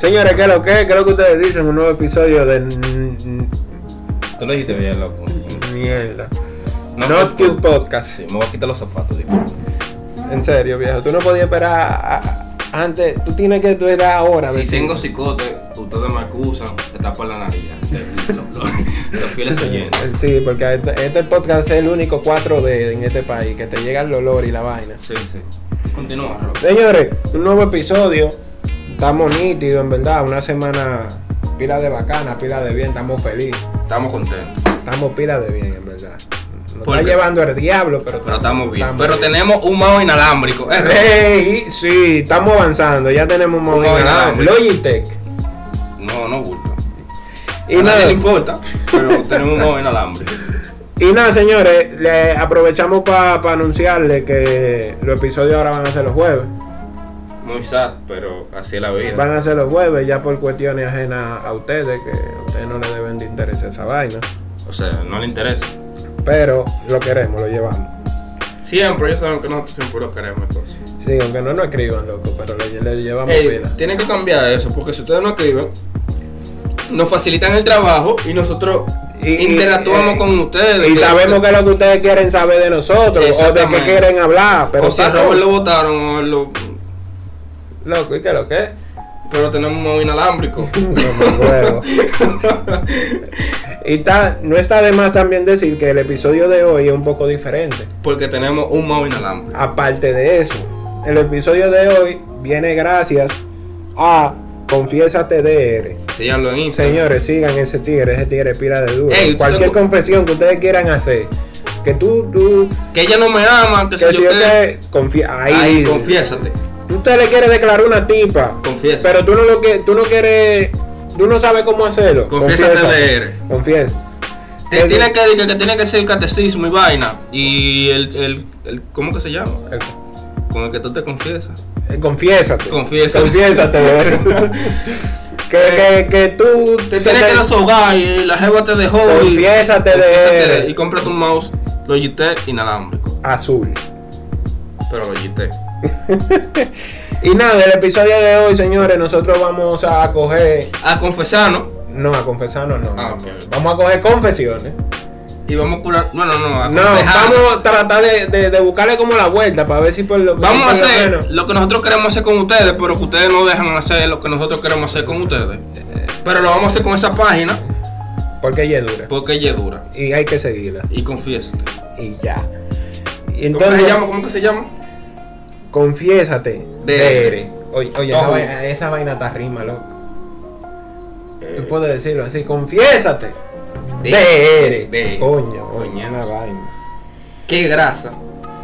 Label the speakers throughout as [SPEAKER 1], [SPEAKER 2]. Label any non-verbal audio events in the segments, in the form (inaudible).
[SPEAKER 1] Señores, ¿qué es lo que es? ¿Qué es lo que ustedes dicen? Un nuevo episodio de n-
[SPEAKER 2] Tú lo dijiste bien, loco.
[SPEAKER 1] mierda.
[SPEAKER 2] No,
[SPEAKER 1] Not
[SPEAKER 2] no,
[SPEAKER 1] Cute Podcast.
[SPEAKER 2] Sí, me voy a quitar los zapatos. disculpa.
[SPEAKER 1] En serio, viejo. Tú no podías esperar a- a- antes. Tú tienes que esperar ahora.
[SPEAKER 2] Si
[SPEAKER 1] vecino.
[SPEAKER 2] tengo psicote, ustedes me acusan, se tapan la nariz. ya. Los, los- (laughs) los fieles oyentes.
[SPEAKER 1] Sí, porque este, este podcast es el único 4D en este país que te llega el olor y la vaina.
[SPEAKER 2] Sí, sí. Continúa, loco.
[SPEAKER 1] Señores, un nuevo episodio. Estamos nítidos, en verdad. Una semana pila de bacana, pila de bien. Estamos felices.
[SPEAKER 2] Estamos contentos.
[SPEAKER 1] Estamos pila de bien, en verdad. Nos
[SPEAKER 2] ¿Por
[SPEAKER 1] está
[SPEAKER 2] qué?
[SPEAKER 1] llevando el diablo, pero,
[SPEAKER 2] Pero estamos bien. Pero tenemos un mouse inalámbrico. ¿eh, Rob?
[SPEAKER 1] Ey, sí, estamos avanzando. Ya tenemos un
[SPEAKER 2] Como
[SPEAKER 1] móvil.
[SPEAKER 2] ganamos.
[SPEAKER 1] Logitech.
[SPEAKER 2] No, no bulto.
[SPEAKER 1] Y
[SPEAKER 2] a nadie
[SPEAKER 1] nada,
[SPEAKER 2] le importa, (laughs) pero tenemos un mouse inalámbrico.
[SPEAKER 1] y nada, señores, le aprovechamos para anunciarles que los episodios ahora van a ser los jueves.
[SPEAKER 2] Muy sad, pero así es la
[SPEAKER 1] Van
[SPEAKER 2] vida.
[SPEAKER 1] a ser los jueves ya por cuestiones ajenas a ustedes, que a ustedes no les deben de interesar esa vaina.
[SPEAKER 2] O sea, no le interesa.
[SPEAKER 1] Pero lo queremos, lo llevamos.
[SPEAKER 2] Siempre, ellos saben que nosotros siempre lo queremos. pues. Entonces.
[SPEAKER 1] Sí, aunque no nos escriban, loco, pero le, le llevamos
[SPEAKER 2] Ey,
[SPEAKER 1] pila.
[SPEAKER 2] tienen que cambiar eso, porque si ustedes no escriben, nos facilitan el trabajo y nosotros
[SPEAKER 1] Y- y-
[SPEAKER 2] interactuamos
[SPEAKER 1] y-
[SPEAKER 2] con ustedes.
[SPEAKER 1] Y sabemos que es lo que ustedes quieren saber de nosotros, o de qué
[SPEAKER 2] Exactamente.
[SPEAKER 1] quieren hablar, pero
[SPEAKER 2] o si a
[SPEAKER 1] está
[SPEAKER 2] Robert
[SPEAKER 1] todo-
[SPEAKER 2] lo votaron, o lo-
[SPEAKER 1] Loco, ¿y qué lo que es?
[SPEAKER 2] pero tenemos un
[SPEAKER 1] (laughs)
[SPEAKER 2] móvil inalámbrico.
[SPEAKER 1] Como huevo. y ta- no está de más también decir que el episodio de hoy es un poco diferente.
[SPEAKER 2] porque tenemos un móvil inalámbrico.
[SPEAKER 1] Aparte de eso, el episodio de hoy viene gracias a Confiesa TDR.
[SPEAKER 2] Síganlo en Instagram.
[SPEAKER 1] Señores, sigan ese tigre, ese tigre pira de duro.
[SPEAKER 2] Ey,
[SPEAKER 1] Cualquier
[SPEAKER 2] yo-
[SPEAKER 1] confesión que ustedes quieran hacer, que tú, tú,
[SPEAKER 2] Que ella no me ama, que,
[SPEAKER 1] que
[SPEAKER 2] si yo te.
[SPEAKER 1] te confía, ahí,
[SPEAKER 2] Ahí, confiésate.
[SPEAKER 1] tú te le quieres declarar una tipa,
[SPEAKER 2] Confiesa.
[SPEAKER 1] pero tú no lo que, tú no quieres, tú no sabes cómo hacerlo.
[SPEAKER 2] Confiesa
[SPEAKER 1] Confiesa.
[SPEAKER 2] TDR.
[SPEAKER 1] Confiesa.
[SPEAKER 2] Te tiene que, que, que tiene que ser el catecismo y vaina. Y el, el, el- ¿Cómo que se llama? Con el que tú te confiesas.
[SPEAKER 1] Eh, Confiésate.
[SPEAKER 2] Confiésate.
[SPEAKER 1] Confiésate, de
[SPEAKER 2] (laughs)
[SPEAKER 1] verdad. que, que, que tú
[SPEAKER 2] Te
[SPEAKER 1] se
[SPEAKER 2] tienes
[SPEAKER 1] te-
[SPEAKER 2] que desahogar y eh, la jeva te dejó. y-
[SPEAKER 1] Confiésate de-
[SPEAKER 2] Confiésate Y cómprate un mouse Logitech inalámbrico.
[SPEAKER 1] azul.
[SPEAKER 2] Pero Logitech.
[SPEAKER 1] Y nada, el episodio de hoy, señores, nosotros vamos a coger.
[SPEAKER 2] A confesarnos
[SPEAKER 1] No, a confesarnos no.
[SPEAKER 2] Ah,
[SPEAKER 1] no,
[SPEAKER 2] ok.
[SPEAKER 1] no. Vamos a coger confesiones.
[SPEAKER 2] y vamos a curar. Bueno, no, a
[SPEAKER 1] No,
[SPEAKER 2] aconsejarnos.
[SPEAKER 1] vamos a tratar de, de- de buscarle como la vuelta para ver si por lo
[SPEAKER 2] Vamos a
[SPEAKER 1] por lo
[SPEAKER 2] hacer
[SPEAKER 1] menos-
[SPEAKER 2] lo que nosotros queremos hacer con ustedes, pero que ustedes no dejan hacer lo que nosotros queremos hacer con ustedes. Pero lo vamos a hacer con esa página
[SPEAKER 1] Porque ella es dura.
[SPEAKER 2] porque ella es dura.
[SPEAKER 1] Y hay que seguirla.
[SPEAKER 2] Y confiésate.
[SPEAKER 1] Y ya. Y
[SPEAKER 2] ¿Cómo que
[SPEAKER 1] entonces,
[SPEAKER 2] se llama? ¿Cómo que se llama?
[SPEAKER 1] confiésate.
[SPEAKER 2] DR.
[SPEAKER 1] Oye, oye esa,
[SPEAKER 2] Ojo.
[SPEAKER 1] vaina, esa vaina está rima, loco.
[SPEAKER 2] Eh.
[SPEAKER 1] Tú puedes decirlo así, confiésate. DR.
[SPEAKER 2] DR.
[SPEAKER 1] Coño, coño,
[SPEAKER 2] Coñazo.
[SPEAKER 1] una vaina.
[SPEAKER 2] Qué grasa.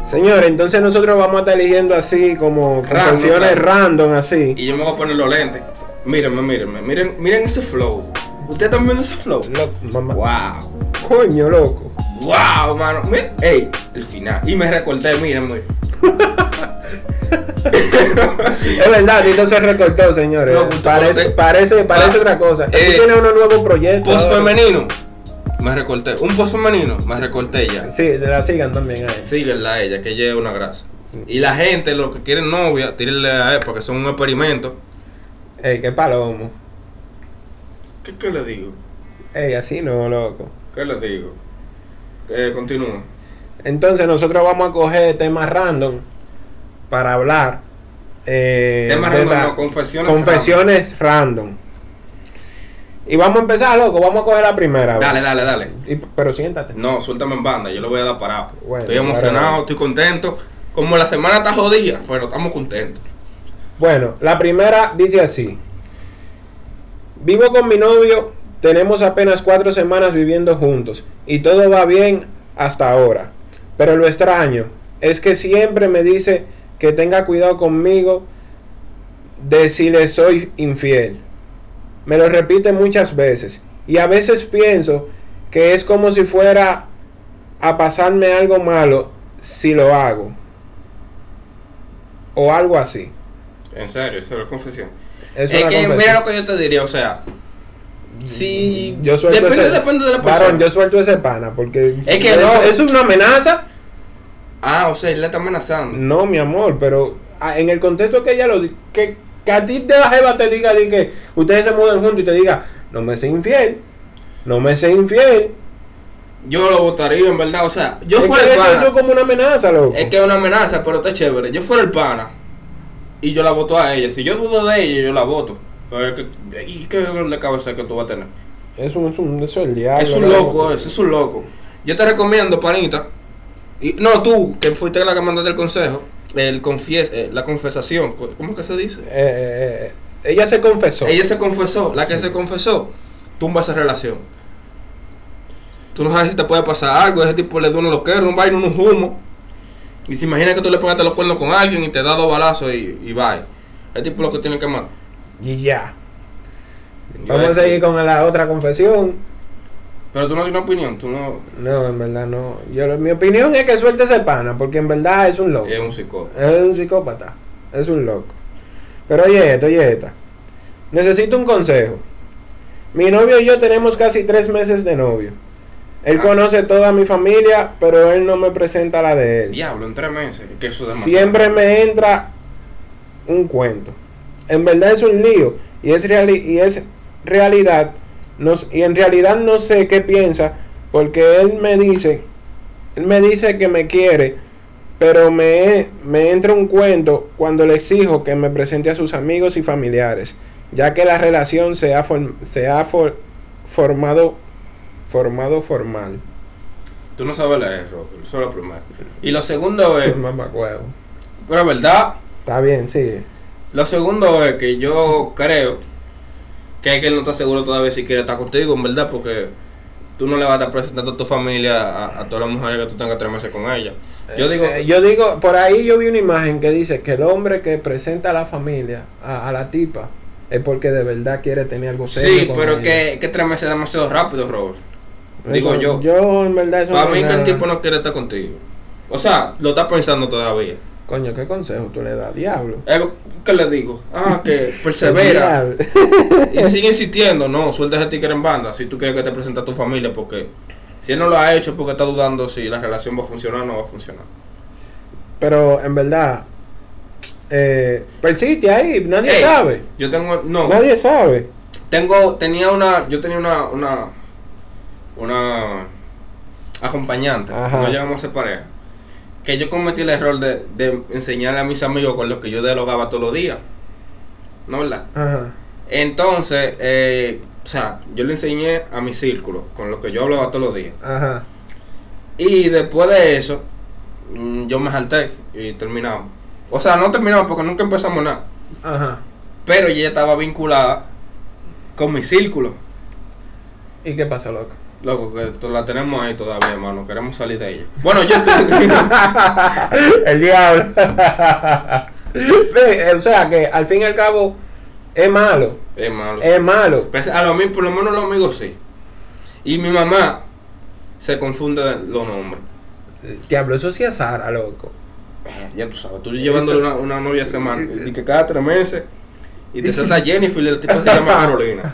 [SPEAKER 1] Señores, entonces nosotros vamos a estar eligiendo así como
[SPEAKER 2] Random,
[SPEAKER 1] canciones
[SPEAKER 2] claro.
[SPEAKER 1] random, así.
[SPEAKER 2] Y yo me voy a poner los lentes. Mírenme, mírenme. Miren, miren ese flow. ¿Ustedes están viendo ese flow?
[SPEAKER 1] Loco, mamá.
[SPEAKER 2] Wow.
[SPEAKER 1] Coño, loco.
[SPEAKER 2] Wow, mano. Miren. Ey, el final. Y me recorté, miren,
[SPEAKER 1] (laughs)
[SPEAKER 2] miren.
[SPEAKER 1] Es verdad, Tito se recortó, señores.
[SPEAKER 2] No, justo
[SPEAKER 1] parece,
[SPEAKER 2] cuando te-
[SPEAKER 1] parece, parece
[SPEAKER 2] Ah,
[SPEAKER 1] otra cosa. Tú
[SPEAKER 2] eh,
[SPEAKER 1] tienes unos nuevos proyectos.
[SPEAKER 2] Post
[SPEAKER 1] ahora.
[SPEAKER 2] femenino. Me recorté. Un post femenino. Me recorté ya.
[SPEAKER 1] Sí, de la sigan también eh. ahí.
[SPEAKER 2] Síguenla a ella, que ella es una grasa. Y la gente, los que quieren novia, tírenle a él porque son un experimento.
[SPEAKER 1] Ey, qué palomo.
[SPEAKER 2] ¿Qué, qué le digo?
[SPEAKER 1] Ey, así no, loco.
[SPEAKER 2] ¿Qué le digo? Eh, continúa.
[SPEAKER 1] Entonces nosotros vamos a coger temas random para hablar. eh,
[SPEAKER 2] Temas
[SPEAKER 1] de
[SPEAKER 2] random,
[SPEAKER 1] la-
[SPEAKER 2] no, confesiones
[SPEAKER 1] confesiones random. Y vamos a empezar, loco. Vamos a coger la primera.
[SPEAKER 2] Dale,
[SPEAKER 1] bro.
[SPEAKER 2] dale, dale.
[SPEAKER 1] Y- pero siéntate.
[SPEAKER 2] No, suéltame en banda, yo lo voy a dar parado.
[SPEAKER 1] Bueno,
[SPEAKER 2] estoy emocionado,
[SPEAKER 1] bueno.
[SPEAKER 2] estoy contento. Como la semana está jodida, pero estamos contentos.
[SPEAKER 1] Bueno, la primera dice así. Vivo con mi novio, tenemos apenas cuatro semanas viviendo juntos y todo va bien hasta ahora. Pero lo extraño es que siempre me dice que tenga cuidado conmigo de si le soy infiel. Me lo repite muchas veces y a veces pienso que es como si fuera a pasarme algo malo si lo hago. O algo así.
[SPEAKER 2] En serio, eso es la confesión.
[SPEAKER 1] Es
[SPEAKER 2] Es,
[SPEAKER 1] una
[SPEAKER 2] que
[SPEAKER 1] confesión.
[SPEAKER 2] mira lo que yo te diría, o sea, si.
[SPEAKER 1] Mm, Yo suelto
[SPEAKER 2] depende,
[SPEAKER 1] ese-
[SPEAKER 2] depende de la persona.
[SPEAKER 1] Varón, yo suelto ese pana porque
[SPEAKER 2] Es que no.
[SPEAKER 1] es una amenaza.
[SPEAKER 2] Ah, o sea, él la está amenazando.
[SPEAKER 1] No, mi amor, pero ah, en el contexto que ella lo di- que que a ti te la jeva te diga de que ustedes se mudan juntos y te diga, no me sé infiel, no me sé infiel.
[SPEAKER 2] Yo lo votaría, en verdad. O sea, yo
[SPEAKER 1] es
[SPEAKER 2] fuera
[SPEAKER 1] que
[SPEAKER 2] el
[SPEAKER 1] eso,
[SPEAKER 2] pana.
[SPEAKER 1] eso es como una amenaza, loco.
[SPEAKER 2] Es que es una amenaza, pero está chévere. Yo fuera el pana y yo la voto a ella. Si yo dudo de ella, yo la voto. Pero es que- ¿Y qué dolor de cabeza que tú vas a tener?
[SPEAKER 1] Es un, es un, eso es el diablo.
[SPEAKER 2] es un loco, eso es un loco. Yo te recomiendo, panita. Y, no, tú, que fuiste la que mandaste el consejo. El confies, eh, la confesación. ¿Cómo que se dice?
[SPEAKER 1] Eh, eh, eh, ella se confesó.
[SPEAKER 2] Ella se confesó, la que
[SPEAKER 1] Sí.
[SPEAKER 2] se confesó, tumba esa relación. Tú no sabes si te puede pasar algo, ese tipo le da uno loquero, un vaino, unos humos. Y se imagina que tú le pegaste los cuernos con alguien y te da dos balazos y, y bye. Ese tipo lo que tiene que matar.
[SPEAKER 1] Y ya.
[SPEAKER 2] Yo
[SPEAKER 1] Vamos a
[SPEAKER 2] decía,
[SPEAKER 1] seguir con la otra confesión.
[SPEAKER 2] Pero tú no tienes una opinión, tú no
[SPEAKER 1] No, en verdad no. Yo, lo- mi opinión es que suelte ese pana, porque en verdad es un loco.
[SPEAKER 2] eres un psicólogo.
[SPEAKER 1] Es un psicópata. Es un loco. Pero oye esto, oye esta. Necesito un consejo. Mi novio y yo tenemos casi tres meses de novio. Él
[SPEAKER 2] Ah.
[SPEAKER 1] conoce toda mi familia, pero él no me presenta la de él.
[SPEAKER 2] Diablo, en tres meses, que eso es Pues demasiado.
[SPEAKER 1] Siempre me entra un cuento. En verdad es un lío y es, reali- y es realidad. No s- y en realidad no sé qué piensa porque él me dice, él me dice que me quiere, pero me, me entra un cuento cuando le exijo que me presente a sus amigos y familiares, ya que la relación se ha, form- se ha for- formado, formado formal.
[SPEAKER 2] Tú no sabes leer, Robert, eso es lo primero. Y lo segundo es,
[SPEAKER 1] Mamacuevo.
[SPEAKER 2] pero es verdad,
[SPEAKER 1] Está bien, sigue.
[SPEAKER 2] Lo segundo es que yo creo que es que él no está seguro todavía si quiere estar contigo, en verdad, porque tú no le vas a estar presentando a tu familia a, a todas las mujeres que tú tengas tres meses con ella. Yo digo,
[SPEAKER 1] Eh, yo digo, por ahí yo vi una imagen que dice que el hombre que presenta a la familia, a, a la tipa, es porque de verdad quiere tener algo serio.
[SPEAKER 2] sí,
[SPEAKER 1] con
[SPEAKER 2] pero
[SPEAKER 1] ella.
[SPEAKER 2] que, que tres meses es demasiado rápido, Robert.
[SPEAKER 1] Eso-
[SPEAKER 2] digo yo.
[SPEAKER 1] Yo, en verdad, eso
[SPEAKER 2] Para
[SPEAKER 1] no
[SPEAKER 2] mí
[SPEAKER 1] es
[SPEAKER 2] que el
[SPEAKER 1] nada.
[SPEAKER 2] tipo no quiere estar contigo. O sea, lo está pensando todavía.
[SPEAKER 1] Coño, ¿qué consejo tú le das, diablo?
[SPEAKER 2] Es lo- ¿Qué le digo? Ah, que persevera.
[SPEAKER 1] Diablo.
[SPEAKER 2] y sigue insistiendo, no, suelta ese ticket en banda si tú quieres que te presente a tu familia, porque si él no lo ha hecho es porque está dudando si la relación va a funcionar o no va a funcionar.
[SPEAKER 1] (laughs) pero en verdad, eh, persiste ahí, nadie
[SPEAKER 2] Ey,
[SPEAKER 1] sabe.
[SPEAKER 2] Yo tengo, no,
[SPEAKER 1] Nadie sabe.
[SPEAKER 2] tengo, tenía una, yo tenía una, una, una acompañante,
[SPEAKER 1] Ajá.
[SPEAKER 2] no llegamos a ser pareja, que yo cometí el error de, de enseñarle a mis amigos con los que yo dialogaba todos los días, ¿no verdad?
[SPEAKER 1] Ajá.
[SPEAKER 2] Entonces, eh, o sea, yo le enseñé a mi círculo, con los que yo hablaba todos los días,
[SPEAKER 1] Ajá.
[SPEAKER 2] y después de eso, mm, yo me salté y terminamos. O sea, no terminamos porque nunca empezamos nada.
[SPEAKER 1] Ajá.
[SPEAKER 2] pero ella estaba vinculada con mi círculo.
[SPEAKER 1] ¿Y qué pasó, loco?
[SPEAKER 2] Loco, que to- la tenemos ahí todavía, hermano. Queremos salir de ella. Bueno, yo (laughs)
[SPEAKER 1] (laughs)
[SPEAKER 2] creo
[SPEAKER 1] El diablo. (laughs) Ve, eh, o sea que al fin y al cabo es malo.
[SPEAKER 2] que- Es malo.
[SPEAKER 1] Es malo.
[SPEAKER 2] Pues, a lo mí, por lo menos los amigos sí. Y mi mamá se confunde los nombres.
[SPEAKER 1] Diablo, eso sí es Sara, loco.
[SPEAKER 2] Eh, Ya tú sabes, tú llevándole una, una novia a semana. Y que cada tres meses. Y te salta Jennifer y el tipo se llama Carolina.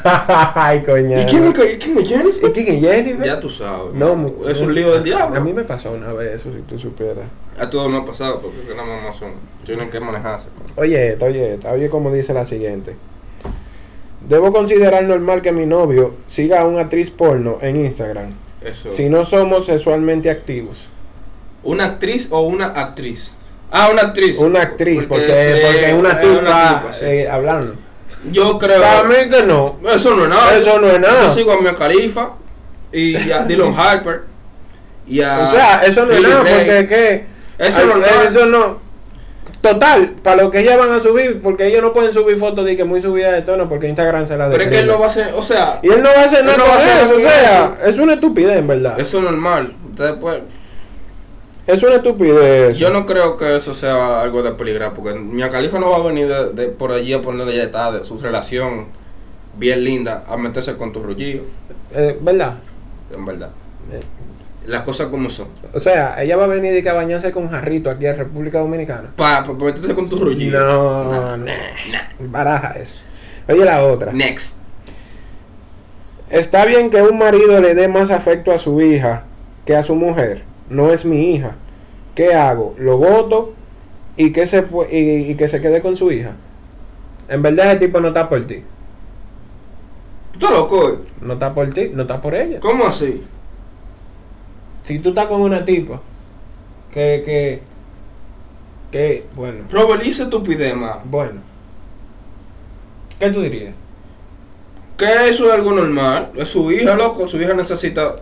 [SPEAKER 1] (laughs) Ay, coño.
[SPEAKER 2] ¿Y quién es, que- quién es Jennifer?
[SPEAKER 1] ¿Y quién es Jennifer?
[SPEAKER 2] Ya tú sabes.
[SPEAKER 1] No,
[SPEAKER 2] hermano.
[SPEAKER 1] mu-
[SPEAKER 2] es un
[SPEAKER 1] no,
[SPEAKER 2] lío
[SPEAKER 1] A
[SPEAKER 2] del
[SPEAKER 1] mí
[SPEAKER 2] diablo.
[SPEAKER 1] me pasó una vez eso, si tú supieras.
[SPEAKER 2] A todos nos ha pasado porque es que las mamás son. Tienen que manejarse.
[SPEAKER 1] Oye, esto, oye, esto, oye, como dice la siguiente. Debo considerar normal que mi novio siga a una actriz porno en Instagram
[SPEAKER 2] Eso.
[SPEAKER 1] si no somos sexualmente activos.
[SPEAKER 2] ¿Una actriz o una actriz? Ah, una actriz.
[SPEAKER 1] Una actriz, porque, porque,
[SPEAKER 2] sí,
[SPEAKER 1] es una
[SPEAKER 2] es
[SPEAKER 1] tipa,
[SPEAKER 2] tipa, sí.
[SPEAKER 1] eh, hablando.
[SPEAKER 2] Yo creo.
[SPEAKER 1] Para mí que no.
[SPEAKER 2] Eso no es nada.
[SPEAKER 1] Eso no es nada.
[SPEAKER 2] Yo sigo a Mia Khalifa y a
[SPEAKER 1] (laughs)
[SPEAKER 2] Dylan Harper y a.
[SPEAKER 1] O sea, eso no es
[SPEAKER 2] Ah, Billy
[SPEAKER 1] nada,
[SPEAKER 2] Ray.
[SPEAKER 1] porque es que.
[SPEAKER 2] Eso
[SPEAKER 1] al-
[SPEAKER 2] no es nada.
[SPEAKER 1] eh, Eso no. Total, para lo que ellas van a subir, porque ellos no pueden subir fotos de que muy subida de tono, porque Instagram se la
[SPEAKER 2] Pero es que él
[SPEAKER 1] declina.
[SPEAKER 2] no va a hacer. O sea,
[SPEAKER 1] Y él no va a hacer
[SPEAKER 2] él
[SPEAKER 1] nada
[SPEAKER 2] no va a
[SPEAKER 1] con
[SPEAKER 2] hacer nada
[SPEAKER 1] eso, o
[SPEAKER 2] con
[SPEAKER 1] sea, es una estupidez, en verdad.
[SPEAKER 2] eso es normal. Ustedes pueden-
[SPEAKER 1] Es una estupidez.
[SPEAKER 2] Yo no creo que eso sea algo de peligrar, porque Mia Khalifa no va a venir de, de por allí a ponerle ya está de su relación bien linda a meterse con tu rullillo,
[SPEAKER 1] Eh, ¿Verdad?
[SPEAKER 2] en verdad.
[SPEAKER 1] Eh,
[SPEAKER 2] Las cosas como son.
[SPEAKER 1] O sea, ella va a venir y que a bañarse con jarrito aquí a República Dominicana.
[SPEAKER 2] Para pa, pa meterse con tu rullillo.
[SPEAKER 1] No, no.
[SPEAKER 2] Nah.
[SPEAKER 1] Baraja eso. Oye, la otra.
[SPEAKER 2] Next.
[SPEAKER 1] Está bien que un marido le dé más afecto a su hija que a su mujer. No es mi hija. ¿Qué hago? ¿Lo voto y que se, fu- y, y que se quede con su hija? En verdad ese tipo no está por ti.
[SPEAKER 2] ¿Tú estás loco? eh?
[SPEAKER 1] No está por ti, no está por ella.
[SPEAKER 2] ¿Cómo así?
[SPEAKER 1] Si tú estás con una tipa que, que, que, bueno,
[SPEAKER 2] Robert, hice estupidez, más.
[SPEAKER 1] bueno. ¿Qué tú dirías?
[SPEAKER 2] Que eso es algo normal. Es su hija, loco. Su hija necesita.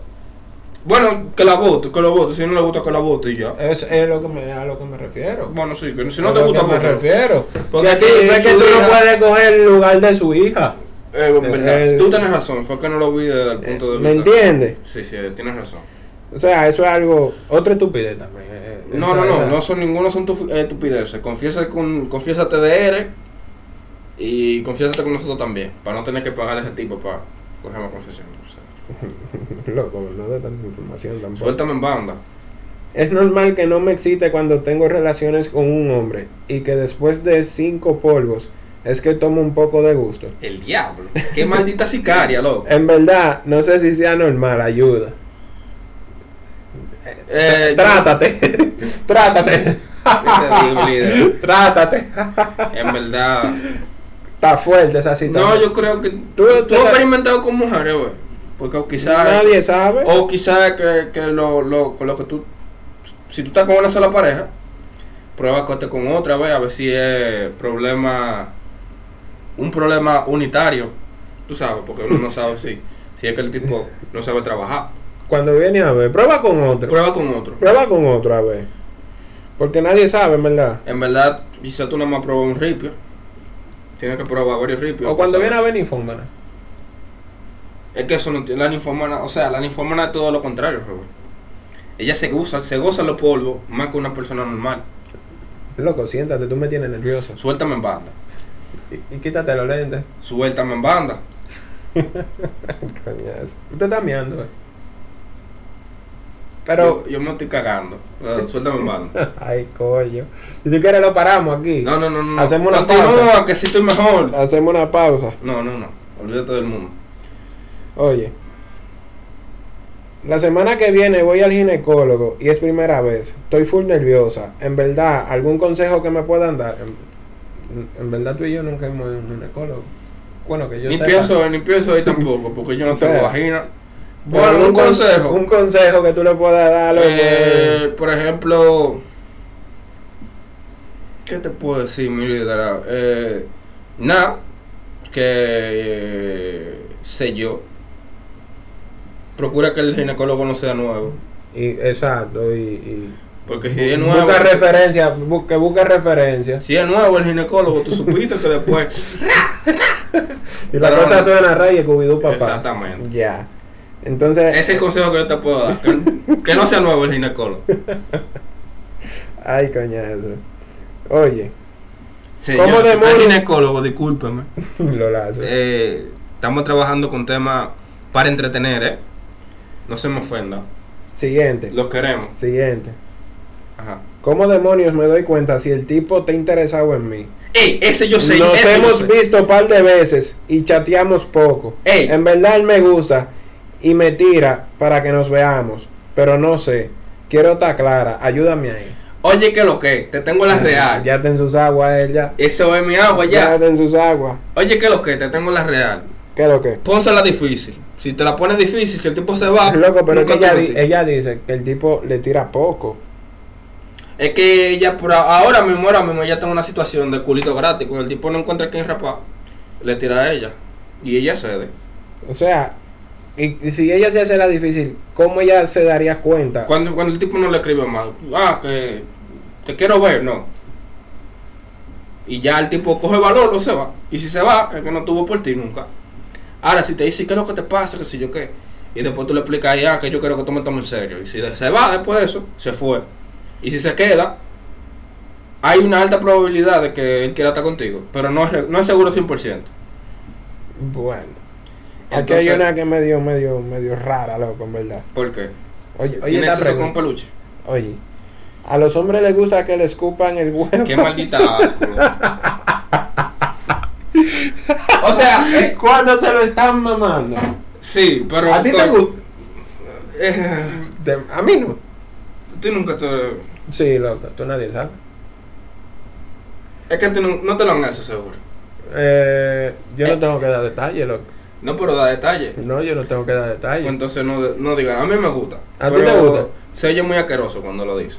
[SPEAKER 2] Bueno, que la vote, que lo vote. Si no le gusta, que la vote y ya.
[SPEAKER 1] Es, es lo que me, a lo que me refiero.
[SPEAKER 2] Bueno, sí, que si no
[SPEAKER 1] A
[SPEAKER 2] te
[SPEAKER 1] lo
[SPEAKER 2] gusta,
[SPEAKER 1] que me
[SPEAKER 2] vótalo.
[SPEAKER 1] refiero.
[SPEAKER 2] Porque
[SPEAKER 1] Si a ti-
[SPEAKER 2] aquí
[SPEAKER 1] no es que
[SPEAKER 2] su
[SPEAKER 1] tú no
[SPEAKER 2] hija-
[SPEAKER 1] puedes coger el lugar de su hija.
[SPEAKER 2] Eh, en verdad,
[SPEAKER 1] Eh,
[SPEAKER 2] tú tienes razón, fue que no lo vi desde el punto de vista.
[SPEAKER 1] ¿Me entiendes?
[SPEAKER 2] Sí, sí, tienes razón.
[SPEAKER 1] O sea, eso es algo, otra estupidez también. eh, eh,
[SPEAKER 2] No,
[SPEAKER 1] esa-
[SPEAKER 2] no, no,
[SPEAKER 1] esa-
[SPEAKER 2] no son ninguno son tu- eh, estupideces. Confiesa con, confiésate de eres y confiésate con nosotros también, para no tener que pagar a ese tipo para coger más confesiones. o
[SPEAKER 1] (laughs)
[SPEAKER 2] sea.
[SPEAKER 1] Loco, no da tanta información tampoco.
[SPEAKER 2] suéltame en banda.
[SPEAKER 1] Es normal que no me excite cuando tengo relaciones con un hombre y que después de cinco polvos es que tomo un poco de gusto.
[SPEAKER 2] El diablo. Qué maldita sicaria, loco.
[SPEAKER 1] En verdad, no sé si sea normal, ayuda.
[SPEAKER 2] Eh,
[SPEAKER 1] Trátate, (laughs) trátate,
[SPEAKER 2] (laughs) ¿qué te digo, líder?
[SPEAKER 1] trátate.
[SPEAKER 2] En verdad.
[SPEAKER 1] Está fuerte esa situación.
[SPEAKER 2] No, yo creo que tú, tú has experimentado con mujeres, güey. Porque quizás... Oh.
[SPEAKER 1] Nadie sabe.
[SPEAKER 2] O quizás que, que lo, lo, con lo que tú, si tú estás con una sola pareja, prueba acostarte con otra, ve, a ver si es problema, un problema unitario, tú sabes, porque uno no sabe si, si es que el tipo no sabe trabajar.
[SPEAKER 1] Cuando viene a ver, prueba con otro.
[SPEAKER 2] Prueba con otro.
[SPEAKER 1] Prueba con otro a ver. Porque nadie sabe, en verdad.
[SPEAKER 2] En verdad, quizás tú nada más pruebas un ripio, tienes que probar varios ripios.
[SPEAKER 1] O cuando
[SPEAKER 2] para
[SPEAKER 1] viene a
[SPEAKER 2] saber.
[SPEAKER 1] ver ninfómana.
[SPEAKER 2] Es que eso no tiene la ninfomana, o sea, la ninfomana es todo lo contrario, Robert. Ella se goza, se goza los polvos más que una persona normal.
[SPEAKER 1] Loco, siéntate, tú me tienes nervioso.
[SPEAKER 2] Suéltame en banda.
[SPEAKER 1] Y, y quítate los lentes.
[SPEAKER 2] Suéltame en banda.
[SPEAKER 1] Coñazo. Tú te estás meando, eh. güey. Pero,
[SPEAKER 2] yo, yo me estoy cagando. Pero Suéltame en banda.
[SPEAKER 1] (laughs) ay, coño. Si tú quieres, lo paramos aquí.
[SPEAKER 2] No, no, no, no.
[SPEAKER 1] Hacemos una
[SPEAKER 2] Continúa,
[SPEAKER 1] pausa.
[SPEAKER 2] que sí estoy mejor.
[SPEAKER 1] Hacemos una pausa.
[SPEAKER 2] No, no, no. Olvídate del mundo.
[SPEAKER 1] Oye. La semana que viene voy al ginecólogo y es primera vez. Estoy full nerviosa. En verdad, ¿algún consejo que me puedan dar? En, en verdad, tú y yo nunca hemos ido a un ginecólogo. Bueno, que yo
[SPEAKER 2] ni
[SPEAKER 1] sepa.
[SPEAKER 2] pienso, ni pienso ahí tampoco, porque yo no
[SPEAKER 1] O sea,
[SPEAKER 2] tengo vagina.
[SPEAKER 1] Pero
[SPEAKER 2] Bueno, un
[SPEAKER 1] con-
[SPEAKER 2] consejo.
[SPEAKER 1] Un consejo que tú le puedas dar a los
[SPEAKER 2] Eh, por ejemplo, ¿qué te puedo decir, mi líder? Eh, Nada, que eh, sé yo. Procura que el ginecólogo no sea nuevo.
[SPEAKER 1] Y, exacto, y, y-
[SPEAKER 2] Porque si es nuevo. eh,
[SPEAKER 1] busca referencia, bu- que busque referencias.
[SPEAKER 2] Si es nuevo el ginecólogo, tú supiste que después.
[SPEAKER 1] Y la
[SPEAKER 2] Pero
[SPEAKER 1] cosa
[SPEAKER 2] no.
[SPEAKER 1] suena rey y cubidú (laughs) papá.
[SPEAKER 2] Exactamente.
[SPEAKER 1] Ya. Entonces, eh,
[SPEAKER 2] Ese es el consejo que yo te puedo dar. Que, que no sea nuevo el ginecólogo.
[SPEAKER 1] ay coñazo. Oye, (laughs)
[SPEAKER 2] Señor,
[SPEAKER 1] ¿Cómo
[SPEAKER 2] si usted
[SPEAKER 1] demonios?
[SPEAKER 2] es ginecólogo, discúlpeme.
[SPEAKER 1] lo lazo.
[SPEAKER 2] Eh, estamos trabajando con temas para entretener, ¿eh? No se me ofenda.
[SPEAKER 1] siguiente,
[SPEAKER 2] Los queremos.
[SPEAKER 1] siguiente.
[SPEAKER 2] Ajá.
[SPEAKER 1] ¿Cómo demonios me doy cuenta si el tipo está interesado en mí?
[SPEAKER 2] ¡Ey! Ese yo sé.
[SPEAKER 1] Nos
[SPEAKER 2] ese yo
[SPEAKER 1] hemos
[SPEAKER 2] sé.
[SPEAKER 1] visto un par de veces y chateamos poco.
[SPEAKER 2] Ey.
[SPEAKER 1] En verdad él me gusta y me tira para que nos veamos, pero no sé. Quiero estar clara, ayúdame ahí.
[SPEAKER 2] Oye, que lo que. Te tengo la real.
[SPEAKER 1] Ah, Ya ten sus aguas ella.
[SPEAKER 2] Eso es mi agua
[SPEAKER 1] Ya
[SPEAKER 2] ya.
[SPEAKER 1] ten sus aguas.
[SPEAKER 2] Oye, que lo que. Te tengo la real.
[SPEAKER 1] ¿Qué es lo que?
[SPEAKER 2] Pónsela difícil. Si te la pones difícil, si el tipo se va.
[SPEAKER 1] Loco, pero es que
[SPEAKER 2] Ah,
[SPEAKER 1] ella,
[SPEAKER 2] nunca te
[SPEAKER 1] di-
[SPEAKER 2] metiste.
[SPEAKER 1] ella dice que el tipo le tira poco.
[SPEAKER 2] Es que ella por a- ahora mismo, ahora mismo ella está en una situación de culito gratis. Cuando el tipo no encuentra a quien rapar, le tira a ella. Y ella cede.
[SPEAKER 1] O sea, y, y si ella se hace la difícil, ¿cómo ella se daría cuenta?
[SPEAKER 2] Cuando, cuando el tipo no le escribe más, ah, que te quiero ver, no. Y ya el tipo coge valor o se va. Y si se va, es que no tuvo por ti nunca. Ahora, si te dice, ¿qué es lo que te pasa? Que si yo qué. Y después tú le explicas, ahí, ah, que yo quiero que tú me tomes en serio. Y si se va después de eso, se fue. Y si se queda, hay una alta probabilidad de que él quiera estar contigo. Pero no es, re- no es seguro 100%.
[SPEAKER 1] Bueno, aquí hay
[SPEAKER 2] Entonces,
[SPEAKER 1] una que me dio medio, medio rara, loco, en verdad.
[SPEAKER 2] ¿por qué?
[SPEAKER 1] Oye, oye,
[SPEAKER 2] ¿Tienes
[SPEAKER 1] esta
[SPEAKER 2] eso con
[SPEAKER 1] pregunta.
[SPEAKER 2] peluche?
[SPEAKER 1] oye, a los hombres les gusta que les escupan el huevo. (laughs)
[SPEAKER 2] Qué maldita asco. loco. o sea, eh,
[SPEAKER 1] ¿Cuándo se lo están mamando?
[SPEAKER 2] sí, pero.
[SPEAKER 1] ¿A ti te
[SPEAKER 2] co-
[SPEAKER 1] gusta?
[SPEAKER 2] Eh,
[SPEAKER 1] De- a mí no.
[SPEAKER 2] tú nunca te.
[SPEAKER 1] Sí, loco, tú nadie sabe.
[SPEAKER 2] Es que tú nu- no, te lo han hecho seguro.
[SPEAKER 1] Eh, yo no tengo que dar detalles, loco.
[SPEAKER 2] No, pero da detalle.
[SPEAKER 1] No, yo no tengo que dar
[SPEAKER 2] Pues
[SPEAKER 1] detalles.
[SPEAKER 2] entonces no, no digan, a mí me gusta.
[SPEAKER 1] ¿A ti
[SPEAKER 2] Pero
[SPEAKER 1] te gusta?
[SPEAKER 2] Se oye muy asqueroso cuando lo dice.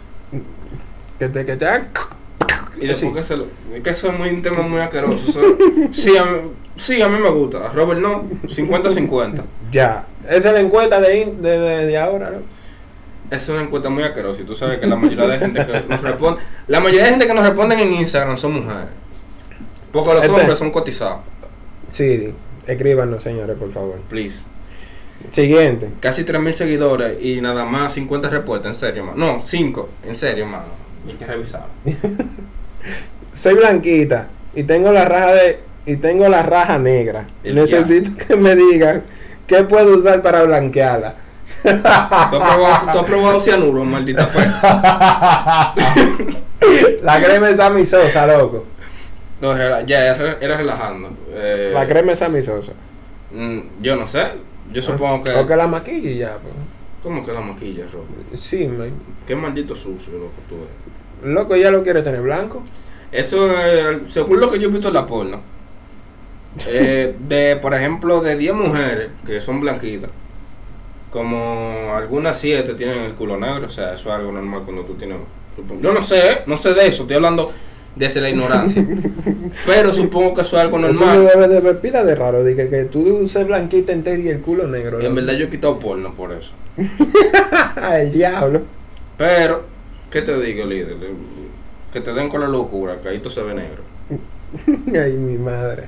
[SPEAKER 1] Que te, que te hagan. (laughs)
[SPEAKER 2] Y
[SPEAKER 1] Sí.
[SPEAKER 2] después que se lo. Es que eso es muy, un tema muy asqueroso. eso- (laughs) sí, a mí, sí, a mí me gusta. A Robert no. 50-50.
[SPEAKER 1] Ya. Esa es la encuesta de, in- de, de, de ahora, ¿no?
[SPEAKER 2] Es una encuesta muy asquerosa. Y tú sabes que la mayoría de gente que nos responde. La mayoría de gente que nos responden en Instagram son mujeres. Porque los
[SPEAKER 1] Este.
[SPEAKER 2] hombres son cotizados.
[SPEAKER 1] Sí, escríbanos, señores, por favor.
[SPEAKER 2] Please.
[SPEAKER 1] Siguiente.
[SPEAKER 2] Casi 3.000 seguidores y nada más 50 respuestas. En serio, mano. No, 5. En serio, mano. Hay que revisar.
[SPEAKER 1] Soy blanquita y tengo la raja de y tengo la raja negra.
[SPEAKER 2] El
[SPEAKER 1] Necesito que me digan qué puedo usar para blanquearla.
[SPEAKER 2] ¿Tú has probado, tú has probado cianuro, maldita fe?
[SPEAKER 1] La crema es amistosa, loco.
[SPEAKER 2] No, rela- ya, era, era relajando. Eh,
[SPEAKER 1] La crema es amistosa.
[SPEAKER 2] mm, Yo no sé. Yo supongo que.
[SPEAKER 1] O que la maquilla y ya. pues.
[SPEAKER 2] ¿Cómo que la maquilla, Robert?
[SPEAKER 1] Sí, man.
[SPEAKER 2] Qué maldito sucio, loco, tú eres.
[SPEAKER 1] Loco, ya lo quiere tener blanco.
[SPEAKER 2] Eso, eh, según lo que yo he visto en la porno, eh, de, por ejemplo, de 10 mujeres que son blanquitas, como algunas 7 tienen el culo negro, o sea, eso es algo normal cuando tú tienes... supongo- Yo no sé, eh, no sé de eso, estoy hablando desde la ignorancia. pero supongo que eso es algo
[SPEAKER 1] Eso
[SPEAKER 2] Pues normal.
[SPEAKER 1] se debe de ver pila de raro. Dije que tú uses blanquita entera y el culo negro.
[SPEAKER 2] Y en
[SPEAKER 1] loco. Ah,
[SPEAKER 2] verdad yo he quitado porno por eso.
[SPEAKER 1] el diablo. (laughs)
[SPEAKER 2] Pero, ¿qué te digo, líder? Que te den con la locura, que ahí tú se ve negro.
[SPEAKER 1] Ay, mi madre.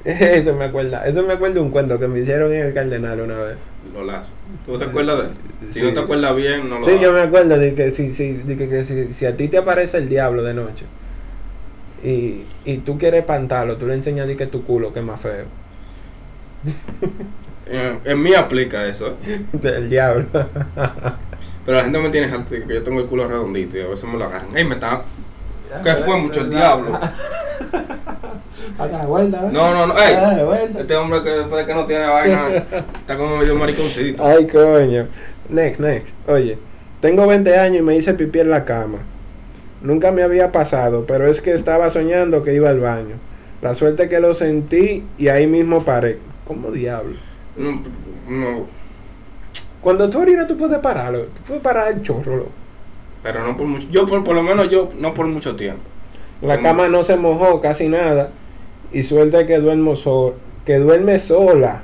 [SPEAKER 1] (laughs) Eso me acuerda. Eso me acuerda de un cuento que me hicieron en el Cardenal una vez.
[SPEAKER 2] Lo lazo. ¿Tú te acuerdas de él? Si
[SPEAKER 1] Sí.
[SPEAKER 2] no te acuerdas bien, no lo
[SPEAKER 1] Sí,
[SPEAKER 2] hagas.
[SPEAKER 1] yo me acuerdo de que, si, si, de que, que si, si a ti te aparece el diablo de noche y, y tú quieres espantarlo, tú le enseñas de que tu culo que es más feo. (laughs)
[SPEAKER 2] Eh, En mí aplica eso. ¿eh?
[SPEAKER 1] El diablo.
[SPEAKER 2] Pero la gente me tiene gente que yo tengo el culo redondito y a veces me lo agarran. ¡Ey, me está! (laughs) ¿Qué fue mucho
[SPEAKER 1] (laughs)
[SPEAKER 2] el diablo?
[SPEAKER 1] Hasta la vuelta, ¿eh?
[SPEAKER 2] No, no, no, ey.
[SPEAKER 1] Hasta la vuelta.
[SPEAKER 2] Este hombre que después de que no tiene vaina está como medio mariconcito.
[SPEAKER 1] Ay, coño. Next, next. Oye, tengo 20 años y me hice pipí en la cama. Nunca me había pasado, pero es que estaba soñando que iba al baño. La suerte que lo sentí y ahí mismo paré. ¿Cómo diablo?
[SPEAKER 2] No, no,
[SPEAKER 1] Cuando tú orinas, tú puedes pararlo. Tú puedes parar el chorro. loco.
[SPEAKER 2] pero no por mucho. Yo, por, por lo menos, yo no por mucho tiempo.
[SPEAKER 1] La
[SPEAKER 2] Mm.
[SPEAKER 1] cama no se mojó casi nada. Y suerte que duermo so- que duerme sola.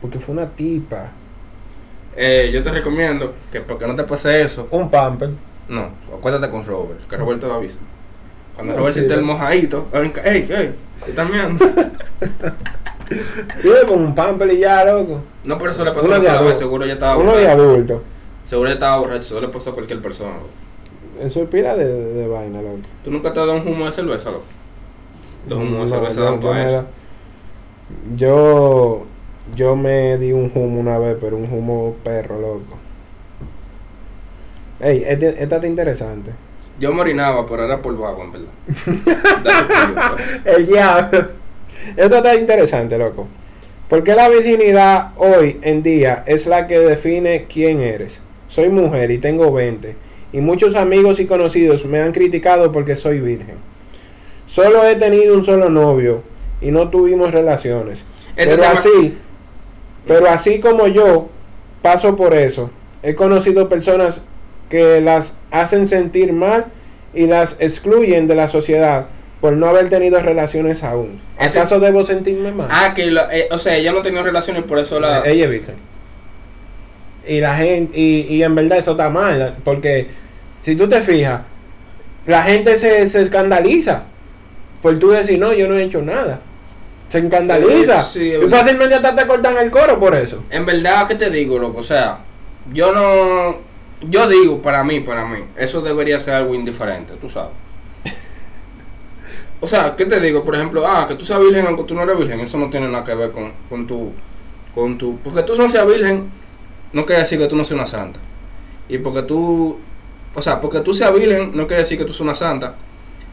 [SPEAKER 1] Porque fue una tipa.
[SPEAKER 2] Eh, yo te recomiendo que para que no te pase eso,
[SPEAKER 1] Un pamper.
[SPEAKER 2] no, acuérdate con Robert, que Robert te lo avisa. Cuando
[SPEAKER 1] No,
[SPEAKER 2] Robert
[SPEAKER 1] sí,
[SPEAKER 2] siente el
[SPEAKER 1] no.
[SPEAKER 2] mojadito, él ca- ¡ey, ey! ¿Qué
[SPEAKER 1] (laughs)
[SPEAKER 2] estás mirando?
[SPEAKER 1] Yo con un pamper y ya, loco.
[SPEAKER 2] No, pero eso le pasó
[SPEAKER 1] Uno
[SPEAKER 2] una
[SPEAKER 1] de
[SPEAKER 2] sola
[SPEAKER 1] adulto.
[SPEAKER 2] vez, seguro ya estaba
[SPEAKER 1] Uno de
[SPEAKER 2] borracho.
[SPEAKER 1] adulto.
[SPEAKER 2] Seguro ya estaba borracho, eso le pasó a cualquier persona. loco.
[SPEAKER 1] Eso es pila de, de, de vaina, loco.
[SPEAKER 2] ¿Tú nunca te has dado un humo de cerveza, loco? Los humos de
[SPEAKER 1] No,
[SPEAKER 2] cerveza
[SPEAKER 1] yo- yo
[SPEAKER 2] dan para
[SPEAKER 1] me
[SPEAKER 2] eso.
[SPEAKER 1] da- Yo, yo me di un humo una vez, pero un humo perro, loco. Ey, este- esta está interesante.
[SPEAKER 2] Yo me orinaba, pero era por vago, en verdad. pues. Dale,
[SPEAKER 1] (laughs)
[SPEAKER 2] tío,
[SPEAKER 1] El diablo. Esta está interesante, loco. ¿Por qué la virginidad hoy en día es la que define quién eres? Soy mujer y tengo 20. Y muchos amigos y conocidos me han criticado porque soy virgen. Solo he tenido un solo novio y no tuvimos relaciones.
[SPEAKER 2] Este
[SPEAKER 1] pero
[SPEAKER 2] tema-
[SPEAKER 1] así, pero así como yo paso por eso, he conocido personas que las hacen sentir mal y las excluyen de la sociedad por no haber tenido relaciones aún.
[SPEAKER 2] Ese-
[SPEAKER 1] ¿Acaso debo sentirme mal?
[SPEAKER 2] Ah, que la- eh, o sea, ella no tenía relaciones, por eso la.
[SPEAKER 1] Eh, Ella es virgen. Y la gente, y, y en verdad eso está mal, porque si tú te fijas, la gente se, se escandaliza por tú decir, no, yo no he hecho nada. Se escandaliza.
[SPEAKER 2] Eh, Sí, es
[SPEAKER 1] y
[SPEAKER 2] verdad.
[SPEAKER 1] fácilmente hasta te cortan el coro por eso.
[SPEAKER 2] En verdad, ¿qué te digo, loco? O sea, yo no. Yo digo, para mí, para mí, eso debería ser algo indiferente, tú sabes. O sea, ¿qué te digo? Por ejemplo, ah, que tú seas virgen aunque tú no eres virgen, eso no tiene nada que ver con, con tu. con tu. Porque tú no seas virgen, no quiere decir que tú no seas una santa. Y porque tú. O sea, porque tú seas virgen, no quiere decir que tú seas una santa.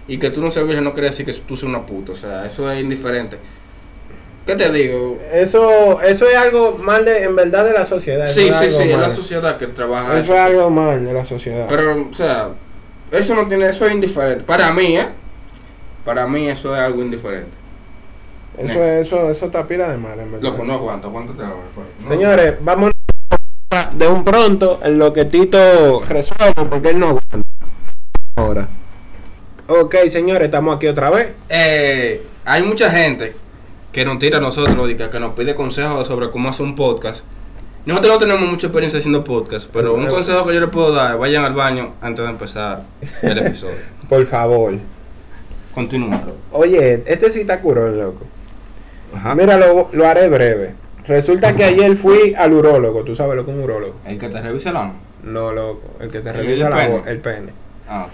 [SPEAKER 2] Y que tú no seas virgen, no quiere decir que tú seas una puta. O sea, eso es indiferente. ¿Qué te digo?
[SPEAKER 1] Eso, eso es algo mal de, en verdad de la sociedad. eso
[SPEAKER 2] Sí,
[SPEAKER 1] es
[SPEAKER 2] sí,
[SPEAKER 1] algo
[SPEAKER 2] sí, es
[SPEAKER 1] mal.
[SPEAKER 2] la sociedad que trabaja
[SPEAKER 1] Eso
[SPEAKER 2] eso.
[SPEAKER 1] es
[SPEAKER 2] sí.
[SPEAKER 1] algo mal de la sociedad.
[SPEAKER 2] Pero, o sea, eso no tiene, eso es indiferente. Para mí, ¿eh? Para mí eso es algo indiferente.
[SPEAKER 1] Eso,
[SPEAKER 2] Next.
[SPEAKER 1] eso, eso está pila de mal, en verdad.
[SPEAKER 2] Loco, no aguanto, aguántate ahora. pues. No.
[SPEAKER 1] Señores, vamos de un pronto en lo que Tito resuelve porque él no aguanta ahora. Ok, señores, estamos aquí otra vez.
[SPEAKER 2] Eh, hay mucha gente que nos tira a nosotros, y que, que nos pide consejos sobre cómo hacer un podcast. Nosotros no tenemos mucha experiencia haciendo podcast, pero un
[SPEAKER 1] Bueno.
[SPEAKER 2] consejo que yo les puedo dar, vayan al baño antes de empezar
[SPEAKER 1] (laughs)
[SPEAKER 2] el episodio.
[SPEAKER 1] Por favor.
[SPEAKER 2] Continúa.
[SPEAKER 1] Oye, este sí está curón, loco.
[SPEAKER 2] Ajá.
[SPEAKER 1] Mira, lo, lo haré breve. Resulta que ayer fui al urólogo. ¿Tú sabes lo que es un urólogo?
[SPEAKER 2] El que te revise el ano.
[SPEAKER 1] No, loco. El que te
[SPEAKER 2] ¿El
[SPEAKER 1] revisa la
[SPEAKER 2] pene?
[SPEAKER 1] bo- el pene.
[SPEAKER 2] Ah, ok.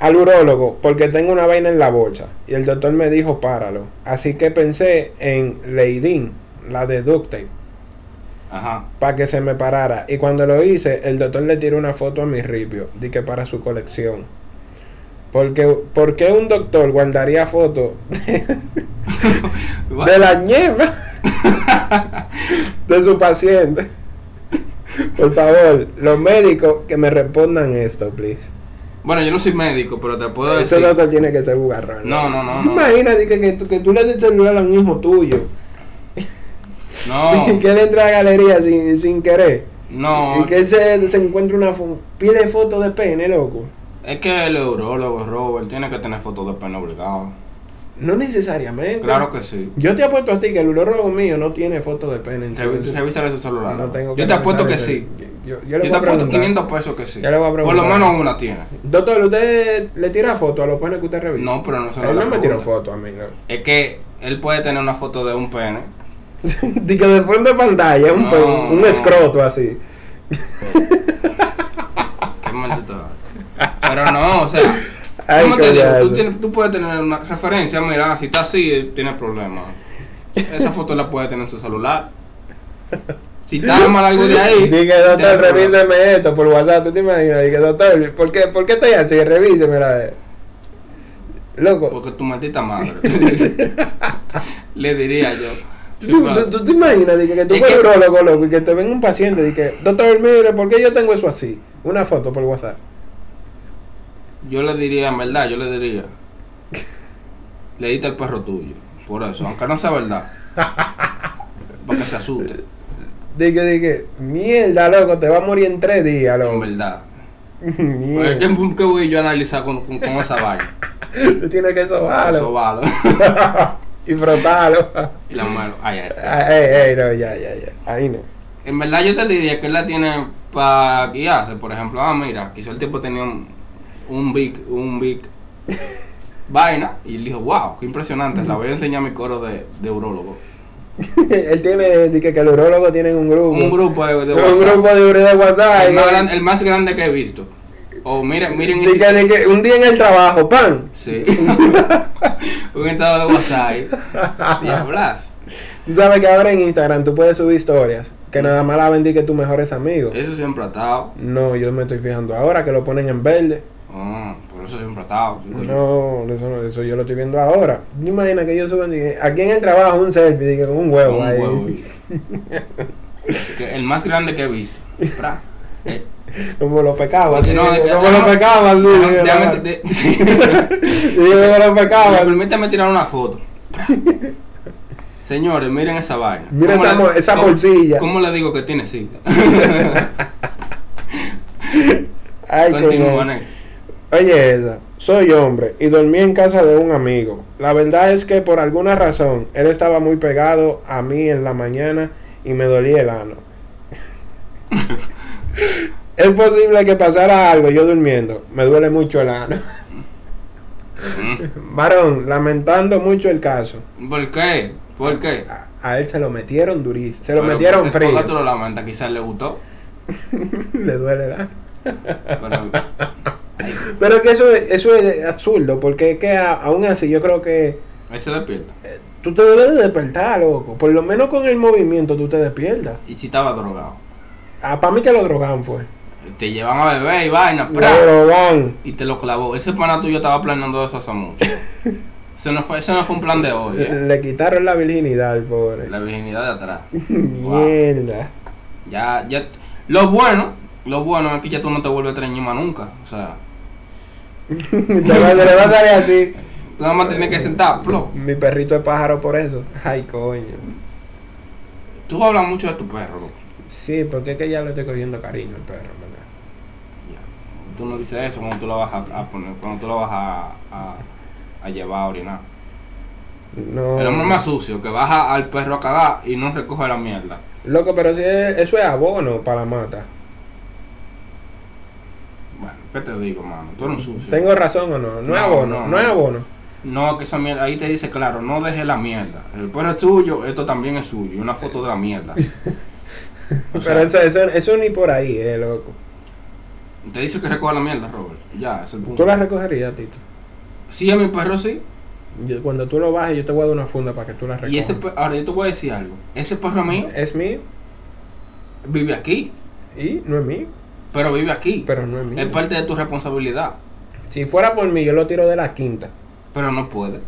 [SPEAKER 1] al urólogo porque tengo una vaina en la bolsa y el doctor me dijo páralo. Así que pensé en Leidin, la de duct tape,
[SPEAKER 2] Ajá.
[SPEAKER 1] para que se me parara. Y cuando lo hice, el doctor le tiró una foto a mi ripio, di que para su colección. Porque, ¿Por qué un doctor guardaría fotos
[SPEAKER 2] What?
[SPEAKER 1] de la ñema de su paciente? Por favor, los médicos que me respondan esto, please.
[SPEAKER 2] Bueno, yo no soy médico, pero te puedo
[SPEAKER 1] Ese
[SPEAKER 2] decir.
[SPEAKER 1] loco tiene que ser bugarrón.
[SPEAKER 2] No, no, no,
[SPEAKER 1] ¿Tú
[SPEAKER 2] no.
[SPEAKER 1] imaginas que, que, tú- que tú le des el celular a un hijo tuyo?
[SPEAKER 2] No,
[SPEAKER 1] (laughs) Y que él entra a la galería sin, sin querer.
[SPEAKER 2] no.
[SPEAKER 1] Y que él se, se encuentre una fo- pila de fotos de pene, loco.
[SPEAKER 2] Es que el urologo, Robert, tiene que tener fotos de pene obligado.
[SPEAKER 1] No necesariamente.
[SPEAKER 2] Claro que sí.
[SPEAKER 1] Yo te apuesto a ti que el urólogo mío no tiene fotos de pene en su-
[SPEAKER 2] Revi- Revísale su celular.
[SPEAKER 1] No tengo
[SPEAKER 2] yo
[SPEAKER 1] que
[SPEAKER 2] te apuesto que
[SPEAKER 1] revisar el
[SPEAKER 2] sí.
[SPEAKER 1] pene. Yo, yo
[SPEAKER 2] Yo
[SPEAKER 1] le
[SPEAKER 2] te
[SPEAKER 1] voy a
[SPEAKER 2] apuesto
[SPEAKER 1] preguntar.
[SPEAKER 2] 500 pesos que sí.
[SPEAKER 1] Yo le voy a
[SPEAKER 2] Por lo
[SPEAKER 1] preguntar.
[SPEAKER 2] menos una tiene.
[SPEAKER 1] Doctor, ¿usted le tira fotos a los penes que usted revisa?
[SPEAKER 2] No, pero no se lo
[SPEAKER 1] Él no me tiró
[SPEAKER 2] fotos.
[SPEAKER 1] fotos a mí, no.
[SPEAKER 2] Es que él puede tener una foto de un pene.
[SPEAKER 1] (laughs) Di que de fondo de pantalla, un,
[SPEAKER 2] No,
[SPEAKER 1] pe- un
[SPEAKER 2] no.
[SPEAKER 1] escroto así.
[SPEAKER 2] Qué maldito. (laughs) Pero no, o sea.
[SPEAKER 1] Ay,
[SPEAKER 2] ¿cómo te digo?
[SPEAKER 1] coñazo.
[SPEAKER 2] Tú, tienes- tú puedes tener una referencia. Mira, si está así, eh, tienes problemas. Esa foto la puede tener en su celular. Si está mal algo de ahí.
[SPEAKER 1] Dije,
[SPEAKER 2] tiene
[SPEAKER 1] doctor,
[SPEAKER 2] problemas.
[SPEAKER 1] revíseme esto por WhatsApp, ¿tú te imaginas? Dije, doctor, ¿por qué, ¿por qué estoy así? Revíseme la vez. Loco,
[SPEAKER 2] Porque tu maldita madre. (laughs) Le diría yo.
[SPEAKER 1] (laughs) ¿tú,
[SPEAKER 2] Sí,
[SPEAKER 1] tú,
[SPEAKER 2] claro.
[SPEAKER 1] tú te imaginas? Dije, que tú
[SPEAKER 2] Es
[SPEAKER 1] eres
[SPEAKER 2] que-
[SPEAKER 1] urologo, loco, y que te venga un paciente, dije, doctor, mire, ¿por qué yo tengo eso así? Una foto por WhatsApp.
[SPEAKER 2] Yo le diría, en verdad, yo le diría. Le diste al perro tuyo. Por eso, aunque no sea verdad. Para que se asuste.
[SPEAKER 1] Dije, dije, mierda, loco, te va a morir en tres días,
[SPEAKER 2] En
[SPEAKER 1] loco.
[SPEAKER 2] verdad.
[SPEAKER 1] (laughs)
[SPEAKER 2] Porque
[SPEAKER 1] Mierda.
[SPEAKER 2] Pues, ¿qué, qué voy yo a analizar con, con, con esa vaina?
[SPEAKER 1] Tú tienes que
[SPEAKER 2] Eso
[SPEAKER 1] sobarlo
[SPEAKER 2] vale. (laughs)
[SPEAKER 1] (laughs) y frotarlo. (laughs)
[SPEAKER 2] y la mano. Ay, ay.
[SPEAKER 1] Ay, ey, ey, no, ya, ya, ya. Ahí no.
[SPEAKER 2] En verdad, yo te diría que él la tiene para guiarse. Por ejemplo, ah, mira, quizá el tipo tenía un, un big,
[SPEAKER 1] (laughs)
[SPEAKER 2] un big vaina. Y él dijo, wow, qué impresionante. La voy a enseñar a mi coro de, de urologo.
[SPEAKER 1] (laughs) Él tiene, dije, que el urólogo tiene un grupo.
[SPEAKER 2] Un grupo de, de
[SPEAKER 1] un
[SPEAKER 2] WhatsApp.
[SPEAKER 1] grupo de de WhatsApp.
[SPEAKER 2] el, más
[SPEAKER 1] y-
[SPEAKER 2] gran- el más grande que he visto. O miren, miren.
[SPEAKER 1] de que-
[SPEAKER 2] ese-
[SPEAKER 1] de que un día en el trabajo, pan.
[SPEAKER 2] Sí. (laughs) un estado de
[SPEAKER 1] (laughs)
[SPEAKER 2] WhatsApp. Y hablas.
[SPEAKER 1] Tú sabes que ahora en Instagram tú puedes subir historias que nada más la vendí que tus mejores amigos.
[SPEAKER 2] Eso siempre ha estado.
[SPEAKER 1] No, yo me estoy fijando ahora que lo ponen en verde.
[SPEAKER 2] Ah, por eso siempre ha estado. digo yo.
[SPEAKER 1] No, eso, no- eso yo lo estoy viendo ahora. ¿Te imaginas que yo suben dije, aquí en el trabajo un selfie dije, con un huevo
[SPEAKER 2] Con un
[SPEAKER 1] ahí? (laughs)
[SPEAKER 2] huevo ahí. Que el más grande que he visto. Pra. Eh,
[SPEAKER 1] Como lo pecaba,
[SPEAKER 2] Porque
[SPEAKER 1] así,
[SPEAKER 2] no, de que-
[SPEAKER 1] como lo
[SPEAKER 2] déjame-
[SPEAKER 1] pecaba, así.
[SPEAKER 2] déjame-
[SPEAKER 1] dije,
[SPEAKER 2] déjame-
[SPEAKER 1] "Ah".
[SPEAKER 2] de-
[SPEAKER 1] (laughs) Y yo como lo pecaba.
[SPEAKER 2] Permítame tirar una foto. Pra. Señores, miren esa vaina.
[SPEAKER 1] Mira
[SPEAKER 2] ¿Cómo
[SPEAKER 1] esa
[SPEAKER 2] le-
[SPEAKER 1] mo- esa
[SPEAKER 2] cómo-
[SPEAKER 1] bolsilla.
[SPEAKER 2] ¿Cómo le digo que tiene sida?
[SPEAKER 1] (laughs) Ay,
[SPEAKER 2] Continúa,
[SPEAKER 1] coño.
[SPEAKER 2] next.
[SPEAKER 1] Oye, Eda, soy hombre y dormí en casa de un amigo. La verdad es que por alguna razón él estaba muy pegado a mí en la mañana y me dolía el ano. es posible que pasara algo yo durmiendo. Me duele mucho el ano.
[SPEAKER 2] Mm.
[SPEAKER 1] Varón, lamentando mucho el caso.
[SPEAKER 2] ¿Por qué? ¿Por qué?
[SPEAKER 1] A, a él se lo metieron durísimo. Se lo
[SPEAKER 2] Pero
[SPEAKER 1] metieron
[SPEAKER 2] porque esposa tú
[SPEAKER 1] frío.
[SPEAKER 2] lo lamentas, quizás le gustó.
[SPEAKER 1] (laughs) Le duele el ano. (laughs)
[SPEAKER 2] Pero,
[SPEAKER 1] Pero que eso, es- eso es absurdo porque es que a- aún así yo creo que...
[SPEAKER 2] ahí se despierta.
[SPEAKER 1] Tú te debes de despertar, loco. Por lo menos con el movimiento tú te despiertas.
[SPEAKER 2] Y si estaba drogado.
[SPEAKER 1] Ah, para mí que lo drogan fue.
[SPEAKER 2] Te llevan a beber y vaina,
[SPEAKER 1] Lo
[SPEAKER 2] pra.
[SPEAKER 1] drogan.
[SPEAKER 2] Y te lo clavó. Ese pana tuyo estaba planeando eso hace mucho. Eso no fue, eso no fue un plan de hoy.
[SPEAKER 1] (laughs)
[SPEAKER 2] eh.
[SPEAKER 1] Le quitaron la virginidad al pobre. (laughs)
[SPEAKER 2] La virginidad de atrás. Wow. (laughs)
[SPEAKER 1] Mierda. (laughs)
[SPEAKER 2] Ya, ya. Lo bueno, lo bueno es que ya tú no te vuelves a treñir más nunca. O sea,
[SPEAKER 1] Te va- te le va a salir así.
[SPEAKER 2] Tú nada más tienes que sentar, plo.
[SPEAKER 1] Mi perrito es pájaro por eso. Ay, coño.
[SPEAKER 2] Tú hablas mucho de tu perro, loco.
[SPEAKER 1] Sí, porque es que ya le estoy cogiendo cariño al perro, en ¿verdad?
[SPEAKER 2] Ya. Tú no dices eso cuando tú lo vas a, a poner, cuando tú lo vas a, a, a llevar a orinar.
[SPEAKER 1] No.
[SPEAKER 2] El hombre más sucio que baja al perro a cagar y no recoge la mierda.
[SPEAKER 1] Loco, pero si es- eso es abono para la mata.
[SPEAKER 2] Bueno, ¿qué te digo, mano? Tú eres un sucio.
[SPEAKER 1] ¿Tengo razón o no? No, es
[SPEAKER 2] No,
[SPEAKER 1] abono, no,
[SPEAKER 2] no,
[SPEAKER 1] es
[SPEAKER 2] no.
[SPEAKER 1] abono.
[SPEAKER 2] No, que esa mierda, ahí te dice claro, no deje la mierda. El perro es suyo, esto también es suyo. y Una foto de
[SPEAKER 1] (laughs)
[SPEAKER 2] la mierda. O sea,
[SPEAKER 1] pero eso, eso, eso ni por ahí, eh, loco.
[SPEAKER 2] Te dice que recoja la mierda, Robert. Ya, ese es el punto.
[SPEAKER 1] ¿Tú la recogerías, Tito?
[SPEAKER 2] Sí, a mi perro sí.
[SPEAKER 1] Yo- cuando tú lo bajes, yo te voy a dar una funda para que tú la recojas.
[SPEAKER 2] Y ese perro, ahora yo te voy a decir algo. Ese perro mío
[SPEAKER 1] Es mío
[SPEAKER 2] vive aquí,
[SPEAKER 1] y no es mío,
[SPEAKER 2] pero vive aquí.
[SPEAKER 1] pero no es mío.
[SPEAKER 2] es parte de tu responsabilidad,
[SPEAKER 1] Si fuera por mí, yo lo tiro de la quinta.
[SPEAKER 2] pero no puede.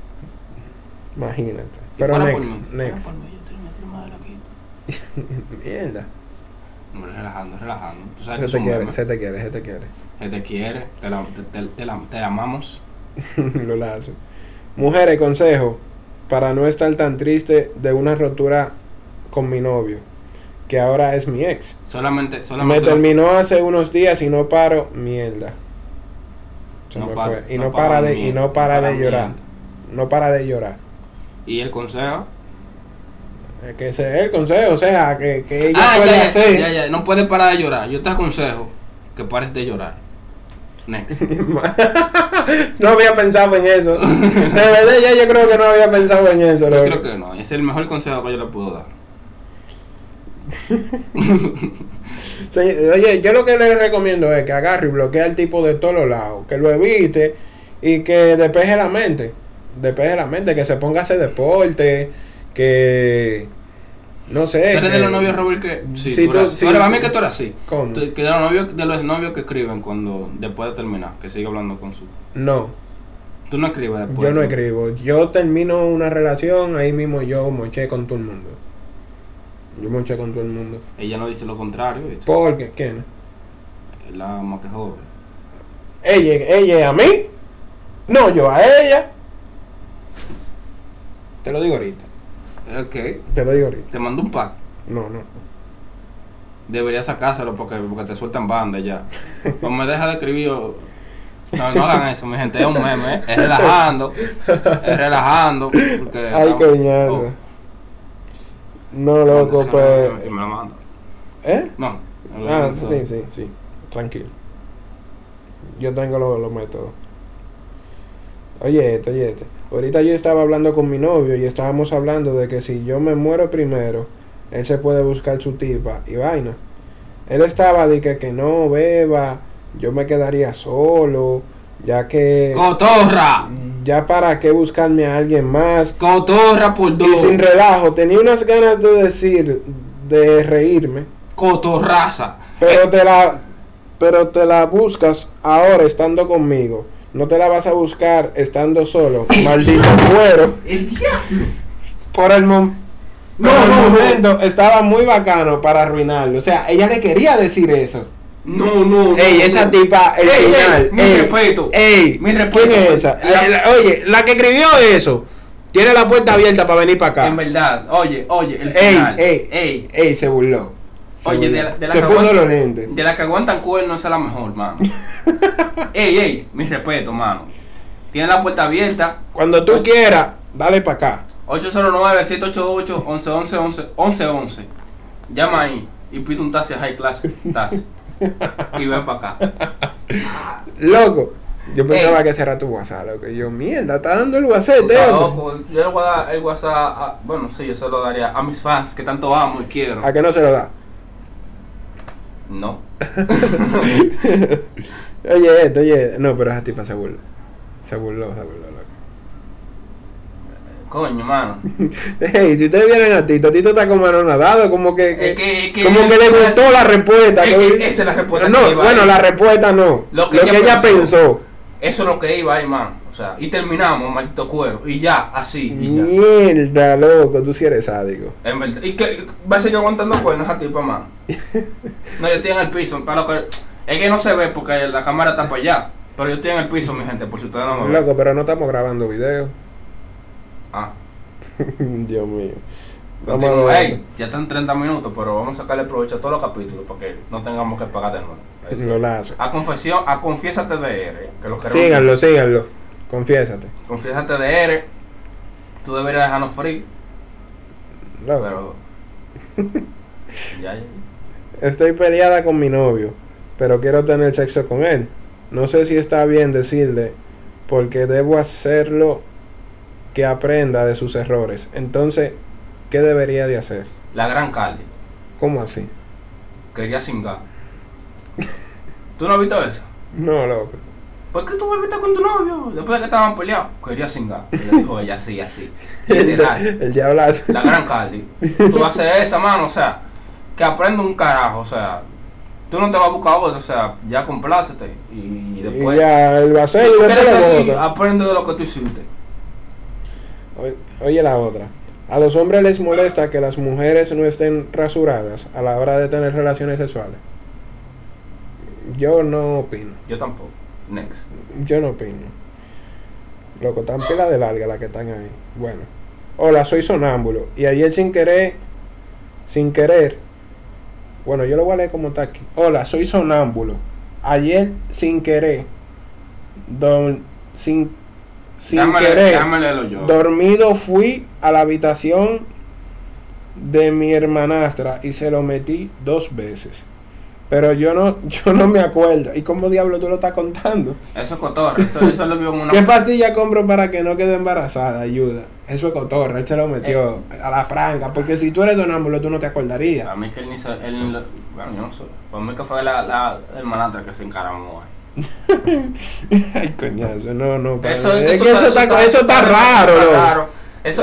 [SPEAKER 1] Imagínate.
[SPEAKER 2] Si
[SPEAKER 1] Pero
[SPEAKER 2] fuera
[SPEAKER 1] next,
[SPEAKER 2] por mí, si fuera
[SPEAKER 1] next.
[SPEAKER 2] por mí, yo tenía firmado la quinta.
[SPEAKER 1] (laughs) Mierda.
[SPEAKER 2] No, relajando, relajando. Tú sabes que
[SPEAKER 1] Se
[SPEAKER 2] es un
[SPEAKER 1] te quiere,
[SPEAKER 2] meme.
[SPEAKER 1] se te quiere, se te quiere.
[SPEAKER 2] Se te quiere, te, la, te, te- te la- te la amamos.
[SPEAKER 1] (laughs) lo lazo. Mujeres, consejo para no estar tan triste de una rotura con mi novio, que ahora es mi ex.
[SPEAKER 2] Solamente,
[SPEAKER 1] Me
[SPEAKER 2] solamente.
[SPEAKER 1] terminó hace unos días y no paro, mierda. Se
[SPEAKER 2] no
[SPEAKER 1] me
[SPEAKER 2] pa-
[SPEAKER 1] fue. Y no, para de, y
[SPEAKER 2] mierda,
[SPEAKER 1] no para de llorar.
[SPEAKER 2] mierda.
[SPEAKER 1] No para de llorar.
[SPEAKER 2] ¿Y el consejo?
[SPEAKER 1] Es que ese es el consejo, o sea, que, que ella
[SPEAKER 2] ah,
[SPEAKER 1] puede
[SPEAKER 2] ya,
[SPEAKER 1] hacer.
[SPEAKER 2] ya, ya, no puedes parar de llorar. Yo te aconsejo que pares de llorar. Next.
[SPEAKER 1] (laughs) no había pensado en eso. De verdad, ya yo creo que no había pensado en eso.
[SPEAKER 2] Yo
[SPEAKER 1] loco.
[SPEAKER 2] creo que no, es el mejor consejo que yo le puedo
[SPEAKER 1] (laughs)
[SPEAKER 2] dar.
[SPEAKER 1] Señor, Oye, yo lo que le recomiendo es que agarre y bloquee al tipo de todos los lados, que lo evite y que despeje la mente. Despeje la mente, que se ponga a hacer deporte, que. No sé.
[SPEAKER 2] ¿Tú eres
[SPEAKER 1] que-
[SPEAKER 2] de los novios, Robert, que... Sí,
[SPEAKER 1] Eh, mm, Sí,
[SPEAKER 2] tú
[SPEAKER 1] tú-
[SPEAKER 2] eras-
[SPEAKER 1] sí,
[SPEAKER 2] Ahora, para
[SPEAKER 1] sí. Mm.
[SPEAKER 2] mí que tú eras así.
[SPEAKER 1] ¿Cómo?
[SPEAKER 2] Tú- Que de los, novios, de los novios que escriben cuando... Después de terminar, que sigue hablando con su...
[SPEAKER 1] No,
[SPEAKER 2] Tú no escribes después.
[SPEAKER 1] yo no
[SPEAKER 2] tú.
[SPEAKER 1] escribo. Yo termino una relación, ahí mismo yo moché con todo el mundo. Yo moché con todo el mundo.
[SPEAKER 2] Ella no dice lo contrario, ¿viste?
[SPEAKER 1] Porque, ¿quién?
[SPEAKER 2] Es la más que joven.
[SPEAKER 1] Ella, ella a mí. No, yo a ella. Te lo digo ahorita.
[SPEAKER 2] Ok.
[SPEAKER 1] Te lo digo ahorita.
[SPEAKER 2] Te mando un pack.
[SPEAKER 1] No, no.
[SPEAKER 2] Deberías sacárselo porque, porque te sueltan banda ya. O me deja de escribir o- No, no hagan eso, mi gente. Es un meme. ¿eh? Es relajando. Es relajando. Porque,
[SPEAKER 1] (laughs) Ay, coñazo.
[SPEAKER 2] Oh,
[SPEAKER 1] No, loco,
[SPEAKER 2] descarga,
[SPEAKER 1] pues.
[SPEAKER 2] que me la manda.
[SPEAKER 1] ¿Eh?
[SPEAKER 2] No. no lo
[SPEAKER 1] Ah,
[SPEAKER 2] mando.
[SPEAKER 1] sí, sí, sí. Tranquilo. Yo tengo los, los métodos. Oye, este, oye, este. Ahorita yo estaba hablando con mi novio y estábamos hablando de que si yo me muero primero, él se puede buscar su tipa y vaina. Él estaba de que, que no beba, yo me quedaría solo, ya que.
[SPEAKER 2] ¡Cotorra!
[SPEAKER 1] Ya para qué buscarme a alguien más.
[SPEAKER 2] Cotorra por
[SPEAKER 1] Y
[SPEAKER 2] dos.
[SPEAKER 1] sin relajo, tenía unas ganas de decir, de reírme,
[SPEAKER 2] Cotorraza.
[SPEAKER 1] pero te la, pero te la buscas ahora estando conmigo. No te la vas a buscar estando (laughs) solo, maldito cuero.
[SPEAKER 2] El diablo.
[SPEAKER 1] Por el, mom-
[SPEAKER 2] No,
[SPEAKER 1] por el
[SPEAKER 2] no, no.
[SPEAKER 1] momento estaba muy bacano para arruinarlo. O sea, ella le quería decir eso.
[SPEAKER 2] No, no.
[SPEAKER 1] Ey,
[SPEAKER 2] no,
[SPEAKER 1] esa
[SPEAKER 2] no.
[SPEAKER 1] tipa, el
[SPEAKER 2] Ey, ey,
[SPEAKER 1] final.
[SPEAKER 2] mi
[SPEAKER 1] ey,
[SPEAKER 2] respeto.
[SPEAKER 1] Ey,
[SPEAKER 2] Mi respeto.
[SPEAKER 1] ¿Quién es esa?
[SPEAKER 2] La-
[SPEAKER 1] La- oye, la que escribió eso tiene la puerta abierta para venir para acá.
[SPEAKER 2] En verdad. Oye, oye, el
[SPEAKER 1] Ey,
[SPEAKER 2] final.
[SPEAKER 1] ey,
[SPEAKER 2] ey.
[SPEAKER 1] Ey, se burló. Se
[SPEAKER 2] Oye,
[SPEAKER 1] burló.
[SPEAKER 2] de la- de la
[SPEAKER 1] Se
[SPEAKER 2] caguama-
[SPEAKER 1] puso los lentes.
[SPEAKER 2] De la que aguantan cuernos esa es la mejor, mano. ey, ey, mi respeto, mano. Tiene la puerta abierta.
[SPEAKER 1] Cuando tú quieras, dale para acá.
[SPEAKER 2] 809-788-1111-1111. Llama ahí y pide un taxi a High Class Taxi. y ven para acá.
[SPEAKER 1] Loco. Yo pensaba
[SPEAKER 2] Ey.
[SPEAKER 1] que cerrar tu WhatsApp, loco. Y yo, mierda, está dando el WhatsApp, este
[SPEAKER 2] Está
[SPEAKER 1] tío.
[SPEAKER 2] loco. Yo le voy a dar el WhatsApp. a- bueno, sí, yo se lo daría a mis fans que tanto amo y quiero.
[SPEAKER 1] ¿A que no se lo da? (laughs)
[SPEAKER 2] No. (laughs)
[SPEAKER 1] Oye, esto, oye. No, pero esa tipa se burló. Se burló, se burló, loco. (laughs)
[SPEAKER 2] Coño, mano.
[SPEAKER 1] Ey, si ustedes vienen a Tito, Tito está como anonadado, como que,
[SPEAKER 2] Es que- es que-
[SPEAKER 1] como que le gustó la respuesta.
[SPEAKER 2] Es que esa es la respuesta
[SPEAKER 1] No,
[SPEAKER 2] que iba
[SPEAKER 1] bueno,
[SPEAKER 2] ahí.
[SPEAKER 1] la respuesta no. Lo que, ella pensó.
[SPEAKER 2] Eso es lo que iba ahí, mano. O sea, y terminamos, maldito cuero. Y ya, así. Y ya.
[SPEAKER 1] Mierda, loco, tú sí eres sádico.
[SPEAKER 2] En verdad. ¿Y qué? ¿Va a seguir aguantando cuernos a ti,
[SPEAKER 1] (laughs)
[SPEAKER 2] pa' mano? No, yo estoy en el piso. Para lo que... Es que no se ve porque la cámara está para allá. Pero yo estoy en el piso, mi gente, por si ustedes no me ven.
[SPEAKER 1] Loco, pero no estamos grabando video. (laughs)
[SPEAKER 2] Ah,
[SPEAKER 1] Dios mío. Vamos a
[SPEAKER 2] continúa.
[SPEAKER 1] ver.
[SPEAKER 2] Ey, ya están 30 minutos, pero vamos a sacarle provecho a todos los capítulos para que no tengamos que pagar de nuevo. Eso.
[SPEAKER 1] No la hace.
[SPEAKER 2] A confesión, a Confiesa TDR, que lo queremos.
[SPEAKER 1] Síganlo, síganlo. Confiésate.
[SPEAKER 2] Confiesa TDR, tú deberías dejarnos free,
[SPEAKER 1] Loco,
[SPEAKER 2] pero.
[SPEAKER 1] (laughs)
[SPEAKER 2] ya, ya.
[SPEAKER 1] Estoy peleada con mi novio, pero quiero tener sexo con él. No sé si está bien decirle, porque debo hacerlo que aprenda de sus errores. Entonces, ¿qué debería de hacer?
[SPEAKER 2] La gran Carly,
[SPEAKER 1] ¿Cómo así?
[SPEAKER 2] quería cingar. ¿Tú no has visto eso?
[SPEAKER 1] No, loco.
[SPEAKER 2] ¿Por qué tú volviste con tu novio? Después de que estaban peleados, quería cingar. Y le dijo ella así, así.
[SPEAKER 1] (laughs)
[SPEAKER 2] Literal.
[SPEAKER 1] El diablo hace.
[SPEAKER 2] La gran Cardi. Tú haces esa, mano, o sea, que aprenda un carajo, o sea, tú no te vas a buscar otro, o sea, ya complácete. Y, después.
[SPEAKER 1] Y ya, él va a
[SPEAKER 2] si
[SPEAKER 1] hacer
[SPEAKER 2] tú
[SPEAKER 1] y
[SPEAKER 2] quieres
[SPEAKER 1] después la
[SPEAKER 2] seguir,
[SPEAKER 1] otra.
[SPEAKER 2] aprende de lo que tú hiciste.
[SPEAKER 1] Oye- Oye la otra. A los hombres les molesta que las mujeres no estén rasuradas a la hora de tener relaciones sexuales. Yo no opino.
[SPEAKER 2] Yo tampoco. Next.
[SPEAKER 1] Yo no opino. Loco, tan pila de larga la que están ahí. Bueno. Hola, soy sonámbulo. Y ayer sin querer, sin querer. Bueno, yo lo voy a leer como está aquí. Hola, soy sonámbulo. Ayer sin querer. Don, sin sin
[SPEAKER 2] Déjame-
[SPEAKER 1] querer.
[SPEAKER 2] déjame leerlo yo.
[SPEAKER 1] Dormido fui a la habitación de mi hermanastra y se lo metí dos veces. Pero yo no, (laughs) yo no me acuerdo. ¿Y cómo diablo tú lo estás contando?
[SPEAKER 2] Eso es cotorra, eso, eso lo vio en una.
[SPEAKER 1] ¿Qué pastilla compro para que no quede embarazada? Ayuda. Eso es cotorra, él se lo metió
[SPEAKER 2] Eh.
[SPEAKER 1] a la franca. Porque si tú eres sonámbulo, tú no te acordarías.
[SPEAKER 2] A mí que él ni se. Él, ni lo- bueno, yo no sé. Para mí que fue la, la hermanastra que se encaramó ahí.
[SPEAKER 1] (laughs) Ay, coñazo, no, no. padre.
[SPEAKER 2] Eso,
[SPEAKER 1] es
[SPEAKER 2] eso
[SPEAKER 1] que eso está, eso está raro,
[SPEAKER 2] Eso
[SPEAKER 1] loco.
[SPEAKER 2] está raro. Eso,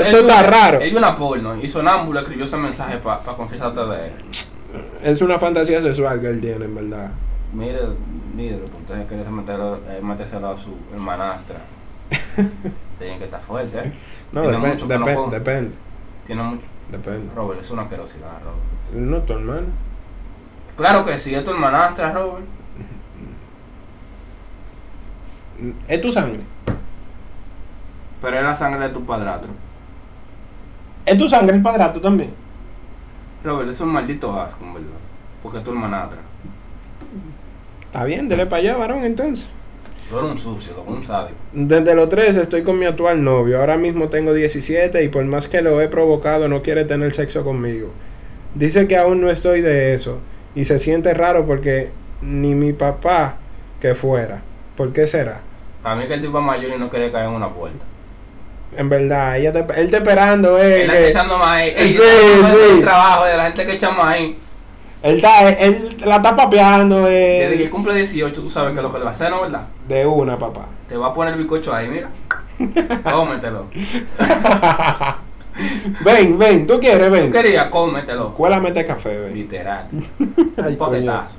[SPEAKER 1] Eso
[SPEAKER 2] él vio-
[SPEAKER 1] está raro.
[SPEAKER 2] Él vio una porno y Sonámbulo escribió ese mensaje para confesarte de él.
[SPEAKER 1] Es una fantasía sexual que él tiene, en verdad.
[SPEAKER 2] Mire, líder, pues ustedes quieren meterlo, eh, metérselo a su
[SPEAKER 1] (laughs)
[SPEAKER 2] hermanastra. Tienen que estar fuerte, ¿eh?
[SPEAKER 1] No,
[SPEAKER 2] Tiene
[SPEAKER 1] depende,
[SPEAKER 2] mucho que no
[SPEAKER 1] depende,
[SPEAKER 2] come.
[SPEAKER 1] depende.
[SPEAKER 2] Tiene mucho.
[SPEAKER 1] Depende.
[SPEAKER 2] Robert, es una asquerosidad, Robert.
[SPEAKER 1] No, tu hermano.
[SPEAKER 2] Claro que sí, es tu hermanastra, Robert.
[SPEAKER 1] Es tu sangre.
[SPEAKER 2] Pero es la sangre de tu padrastro.
[SPEAKER 1] Es tu sangre el padrato también.
[SPEAKER 2] Robert, es un maldito asco, en verdad. Porque es tu hermanastra.
[SPEAKER 1] Está bien, dele para allá, varón, entonces.
[SPEAKER 2] Tú eres un sucio, loco, un sádico.
[SPEAKER 1] Desde los 13 estoy con mi actual novio. Ahora mismo tengo 17 y por más que lo he provocado no quiere tener sexo conmigo. Dice que aún no estoy de eso y se siente raro porque ni mi papá que fuera. ¿Por qué será?
[SPEAKER 2] Para mí que el tipo es mayor y no quiere caer en una puerta.
[SPEAKER 1] En verdad, ella te- él está esperando, eh,
[SPEAKER 2] Él
[SPEAKER 1] que-
[SPEAKER 2] está echando más ahí. Ey,
[SPEAKER 1] Sí,
[SPEAKER 2] yo tengo que hacer
[SPEAKER 1] sí.
[SPEAKER 2] el trabajo de la gente que echa más ahí.
[SPEAKER 1] él, está, él la está papeando eh,
[SPEAKER 2] Desde que él cumple 18, tú sabes que lo que le va a hacer, ¿no? ¿Verdad?
[SPEAKER 1] de una, papá. (laughs)
[SPEAKER 2] Te va a poner el bizcocho ahí, mira. Cómetelo.
[SPEAKER 1] ven, ven, tú quieres, ven.
[SPEAKER 2] Tú querías, cómetelo.
[SPEAKER 1] Cuélame este café, ven.
[SPEAKER 2] Literal.
[SPEAKER 1] Ay,
[SPEAKER 2] Un
[SPEAKER 1] coño.
[SPEAKER 2] paquetazo.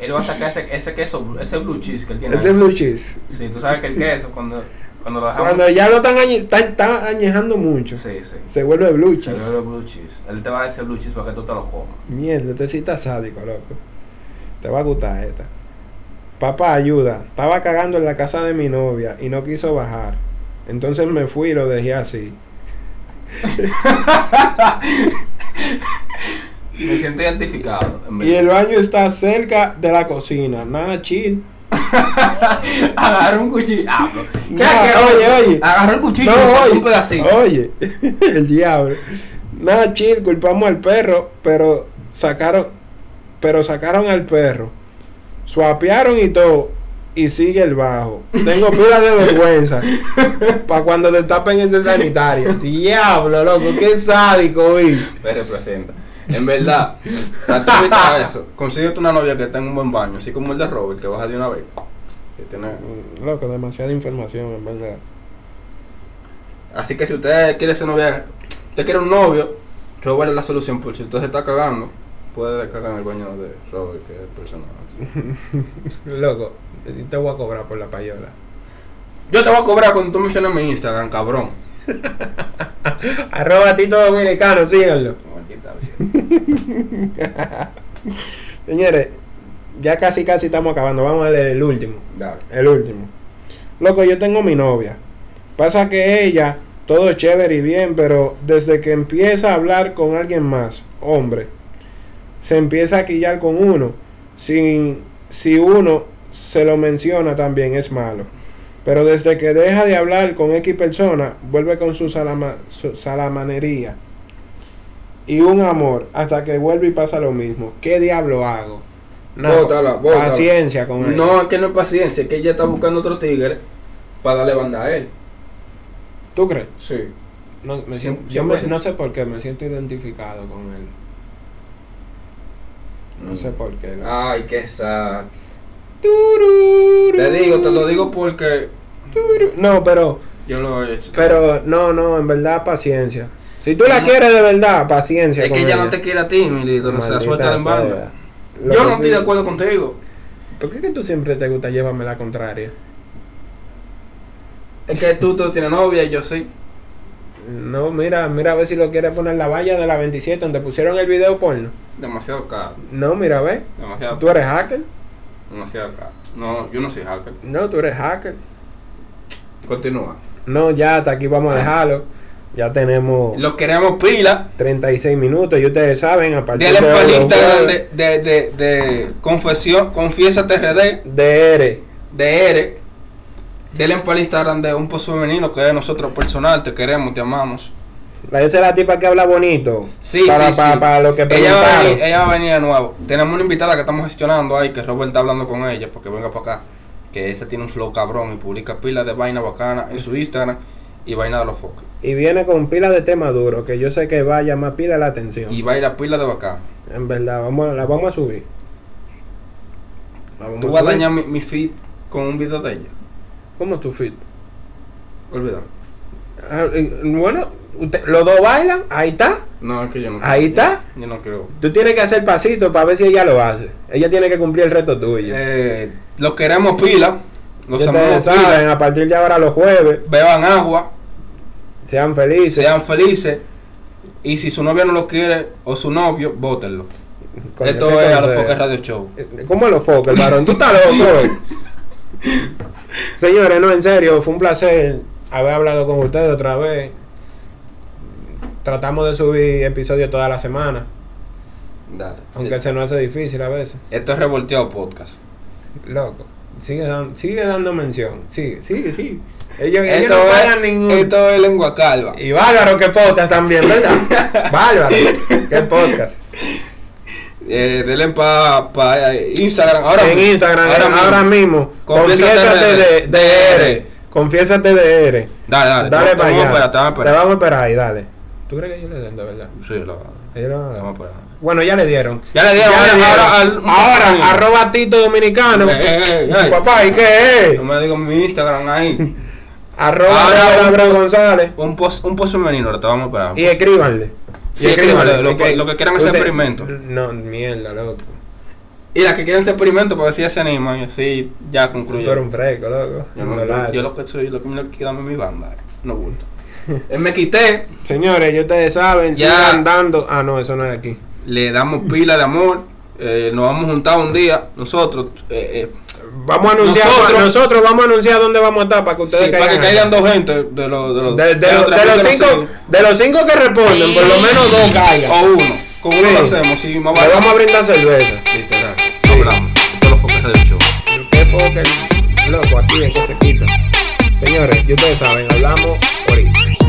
[SPEAKER 2] Él va a sacar ese, ese queso, ese blue cheese que él tiene.
[SPEAKER 1] Ese
[SPEAKER 2] ahí.
[SPEAKER 1] blue cheese.
[SPEAKER 2] Sí, tú sabes que el queso, cuando, cuando lo dejamos.
[SPEAKER 1] Cuando ya lo están, añe- están, están añejando mucho,
[SPEAKER 2] Sí, sí.
[SPEAKER 1] se vuelve blue
[SPEAKER 2] Se
[SPEAKER 1] cheese.
[SPEAKER 2] le ve el blue cheese. Él te va a dar ese blue cheese para que tú te lo comas.
[SPEAKER 1] Mierda, este sí está sádico, loco. Te va a gustar esta. Papá, ayuda. Estaba cagando en la casa de mi novia y no quiso bajar. Entonces me fui y lo dejé así.
[SPEAKER 2] Me siento identificado. en
[SPEAKER 1] Y
[SPEAKER 2] verdad.
[SPEAKER 1] el baño está cerca de la cocina. Nada, chill.
[SPEAKER 2] Agarró un cuchillo. Ah, bro. ¿Qué
[SPEAKER 1] No,
[SPEAKER 2] asqueroso.
[SPEAKER 1] oye, oye.
[SPEAKER 2] Agarró el cuchillo
[SPEAKER 1] No,
[SPEAKER 2] y cortó un
[SPEAKER 1] oye.
[SPEAKER 2] pedacito.
[SPEAKER 1] Oye, (laughs) el diablo. Nada, chill, culpamos al perro, pero sacaron, pero sacaron al perro. Suapearon y todo. Y sigue el bajo. Tengo pila de (laughs) vergüenza. Para cuando destapen ese sanitario. Diablo, loco, qué sádico, güey.
[SPEAKER 2] Me representa. En verdad, trata de (laughs) evitar eso. Consíguete una novia que tenga un buen baño, así como el de Robert, que baja de una vez. Que tiene-
[SPEAKER 1] Loco, demasiada información, en verdad.
[SPEAKER 2] Así que si usted quiere ser novia, usted quiere un novio, Robert es la solución, porque si usted se está cagando, puede cagar en el baño de Robert, que es personal.
[SPEAKER 1] (laughs) Loco, te voy a cobrar por la payola.
[SPEAKER 2] Yo te voy a cobrar cuando tú menciones mi Instagram, cabrón.
[SPEAKER 1] Arroba Tito Dominicano, síganlo.
[SPEAKER 2] Maldita vida.
[SPEAKER 1] Señores, ya casi casi estamos acabando. Vamos a leer el último.
[SPEAKER 2] Dale.
[SPEAKER 1] El último. Loco, yo tengo mi novia. Pasa que ella, todo chévere y bien, pero desde que empieza a hablar con alguien más, hombre, se empieza a quillar con uno. Si, si uno se lo menciona también es malo. Pero desde que deja de hablar con X persona, vuelve con su, salama- su salamanería. Y un amor, hasta que vuelve y pasa lo mismo. ¿Qué diablo hago?
[SPEAKER 2] Bótala, bótala.
[SPEAKER 1] Paciencia con él.
[SPEAKER 2] No, es que no es paciencia, es que ella está buscando otro tigre para darle banda a él.
[SPEAKER 1] ¿Tú crees?
[SPEAKER 2] Sí.
[SPEAKER 1] No, me
[SPEAKER 2] Cien-
[SPEAKER 1] siento-
[SPEAKER 2] cien
[SPEAKER 1] yo me-
[SPEAKER 2] por ciento.
[SPEAKER 1] no sé por qué, me siento identificado con él. No sé por qué. Ah.
[SPEAKER 2] Ay, qué sad.
[SPEAKER 1] Tururú.
[SPEAKER 2] Ah. Te digo, te lo digo porque
[SPEAKER 1] Tururú. No, pero,
[SPEAKER 2] yo lo he hecho.
[SPEAKER 1] pero, no, no, en verdad, paciencia. Si tú la quieres de verdad, paciencia.
[SPEAKER 2] es que
[SPEAKER 1] con
[SPEAKER 2] ella
[SPEAKER 1] ella.
[SPEAKER 2] no te quiere a ti, Milito, no se
[SPEAKER 1] Maldita
[SPEAKER 2] suelta en
[SPEAKER 1] sea.
[SPEAKER 2] banda.
[SPEAKER 1] Lo
[SPEAKER 2] Yo
[SPEAKER 1] que
[SPEAKER 2] no estoy
[SPEAKER 1] tú-
[SPEAKER 2] de acuerdo contigo.
[SPEAKER 1] ¿Por qué que tú siempre te gusta llévame la contraria?
[SPEAKER 2] Es que tú, tú tienes novia y yo sí.
[SPEAKER 1] No, mira, mira a ver si lo quieres poner la valla de la 27 donde pusieron el video porno.
[SPEAKER 2] Demasiado caro,
[SPEAKER 1] No, mira, ve.
[SPEAKER 2] demasiado,
[SPEAKER 1] ¿Tú eres hacker?
[SPEAKER 2] demasiado caro. No, yo no soy hacker.
[SPEAKER 1] No, tú eres hacker.
[SPEAKER 2] Continúa.
[SPEAKER 1] No, ya, hasta aquí
[SPEAKER 2] Ah.
[SPEAKER 1] vamos a dejarlo. Ya tenemos...
[SPEAKER 2] Los queremos pila.
[SPEAKER 1] 36 minutos, y ustedes saben, a partir
[SPEAKER 2] Dele por el
[SPEAKER 1] los
[SPEAKER 2] Instagram de,
[SPEAKER 1] jueves,
[SPEAKER 2] de, de, de Confesión, Confiesa TRD.
[SPEAKER 1] DR.
[SPEAKER 2] de Ere. Denle para el Instagram de un pozo femenino que es nosotros personal. Te queremos, te amamos.
[SPEAKER 1] La esa es la tipa que habla bonito.
[SPEAKER 2] Sí,
[SPEAKER 1] para,
[SPEAKER 2] sí,
[SPEAKER 1] para,
[SPEAKER 2] sí.
[SPEAKER 1] para lo que
[SPEAKER 2] Ella va, a
[SPEAKER 1] preguntaron.
[SPEAKER 2] venir, eh. ella va a venir de nuevo. Tenemos una invitada que estamos gestionando ahí, que Robert está hablando con ella, porque venga para acá. Que ese tiene un flow cabrón y publica pilas de vaina bacana en su Instagram y vaina de los focos.
[SPEAKER 1] Y viene con pila de tema duro, que yo sé que va a llamar pila la atención.
[SPEAKER 2] Y baila pila de bacana.
[SPEAKER 1] En verdad, vamos, a- la vamos a subir. La vamos
[SPEAKER 2] Tú
[SPEAKER 1] a
[SPEAKER 2] vas a
[SPEAKER 1] subir.
[SPEAKER 2] dañar mi, mi feed con un video de ella.
[SPEAKER 1] ¿Cómo tú fit?
[SPEAKER 2] Olvídalo.
[SPEAKER 1] Ah, eh, Bueno, usted- los dos bailan, ahí está.
[SPEAKER 2] No, es que yo no
[SPEAKER 1] Ahí
[SPEAKER 2] yo-
[SPEAKER 1] está.
[SPEAKER 2] Yo, no creo.
[SPEAKER 1] Tú tienes que hacer pasito para ver si ella lo hace. Ella tiene que cumplir el reto tuyo.
[SPEAKER 2] Eh, los queremos pila. Los
[SPEAKER 1] Ya ustedes
[SPEAKER 2] amamos pila.
[SPEAKER 1] saben, a partir de ahora los jueves,
[SPEAKER 2] Beban agua.
[SPEAKER 1] sean felices.
[SPEAKER 2] sean felices. Y si su novia no lo quiere o su novio, bótenlo.
[SPEAKER 1] Coño,
[SPEAKER 2] Esto
[SPEAKER 1] ¿qué
[SPEAKER 2] es a
[SPEAKER 1] consejo?
[SPEAKER 2] los Focas Radio Show.
[SPEAKER 1] Eh, ¿Cómo lo foca el varón? Tú estás
[SPEAKER 2] (laughs)
[SPEAKER 1] loco, eh? Señores, no, en serio, fue un placer haber hablado con ustedes otra vez. Tratamos de subir episodios toda la semana,
[SPEAKER 2] Dale.
[SPEAKER 1] aunque se nos hace difícil a veces.
[SPEAKER 2] Esto es Revolteado Podcast.
[SPEAKER 1] Loco, sigue, dan- sigue dando mención. Sigue, sigue, sigue. Ellos, ellos
[SPEAKER 2] Esto,
[SPEAKER 1] no
[SPEAKER 2] es,
[SPEAKER 1] pagan ningún.
[SPEAKER 2] esto es Lengua Calva.
[SPEAKER 1] Y bárbaro que podcast también,
[SPEAKER 2] (laughs)
[SPEAKER 1] ¿verdad? bárbaro que podcast.
[SPEAKER 2] Eh, denle para pa, eh, Instagram. Ahora
[SPEAKER 1] en
[SPEAKER 2] mismo.
[SPEAKER 1] Instagram, ahora,
[SPEAKER 2] mismo.
[SPEAKER 1] mismo. Confiésate de, de R. Confiésate de R.
[SPEAKER 2] Dale, dale.
[SPEAKER 1] Dale,
[SPEAKER 2] te- te
[SPEAKER 1] para
[SPEAKER 2] vamos
[SPEAKER 1] allá.
[SPEAKER 2] a esperar, te vamos a
[SPEAKER 1] Te
[SPEAKER 2] esperar.
[SPEAKER 1] vamos a esperar ahí, dale. ¿Tú crees que yo le den de verdad?
[SPEAKER 2] Sí, lo-
[SPEAKER 1] Ellos no-
[SPEAKER 2] te vamos a esperar.
[SPEAKER 1] Bueno, Ah. ya le dieron.
[SPEAKER 2] Ya le dieron, ahora- ahora al-
[SPEAKER 1] Ahora,
[SPEAKER 2] Instagram.
[SPEAKER 1] arroba Tito Dominicano.
[SPEAKER 2] Eh, eh, eh, eh.
[SPEAKER 1] Papá, ¿y qué es?
[SPEAKER 2] No me digo mi Instagram ahí.
[SPEAKER 1] Arroba
[SPEAKER 2] Ahora
[SPEAKER 1] Rafael
[SPEAKER 2] un-
[SPEAKER 1] Abreu González.
[SPEAKER 2] Un post, un post femenino, ahora te vamos a esperar.
[SPEAKER 1] Y escríbanle.
[SPEAKER 2] Sí, escríbanle, lo- lo que quieran hacer experimento.
[SPEAKER 1] No, mierda, loco.
[SPEAKER 2] Y las que quieren ser experimento, pues si ya se animan y así ya concluye.
[SPEAKER 1] Tú eres un fresco, loco.
[SPEAKER 2] Yo,
[SPEAKER 1] No,
[SPEAKER 2] no-
[SPEAKER 1] la-
[SPEAKER 2] yo, yo lo que soy, lo que me quedamos en mi banda, eh. no
[SPEAKER 1] (laughs)
[SPEAKER 2] bulto. Eh, me quité,
[SPEAKER 1] Señores, ya ustedes saben,
[SPEAKER 2] Ya.
[SPEAKER 1] sigan dando. Ah, no, eso no es aquí.
[SPEAKER 2] le damos pila de amor, eh, nos vamos a juntar un día, nosotros, eh, eh,
[SPEAKER 1] Vamos a anunciar,
[SPEAKER 2] Nosotros-
[SPEAKER 1] nosotros, vamos a anunciar dónde vamos a estar para que ustedes
[SPEAKER 2] sí, para que
[SPEAKER 1] allá.
[SPEAKER 2] caigan dos gente de los de los
[SPEAKER 1] De, de
[SPEAKER 2] de
[SPEAKER 1] los-
[SPEAKER 2] otra
[SPEAKER 1] de los
[SPEAKER 2] gente,
[SPEAKER 1] cinco, de los cinco que responden, por lo menos dos
[SPEAKER 2] cinco,
[SPEAKER 1] caigan.
[SPEAKER 2] o uno, con uno
[SPEAKER 1] Sí.
[SPEAKER 2] lo hacemos, sí, más
[SPEAKER 1] Le
[SPEAKER 2] barato.
[SPEAKER 1] vamos a brindar cerveza.
[SPEAKER 2] Literal, hablamos, todos los focos del show.
[SPEAKER 1] Qué foca el loco aquí es que se quita. Señores, y ustedes saben, hablamos ahorita.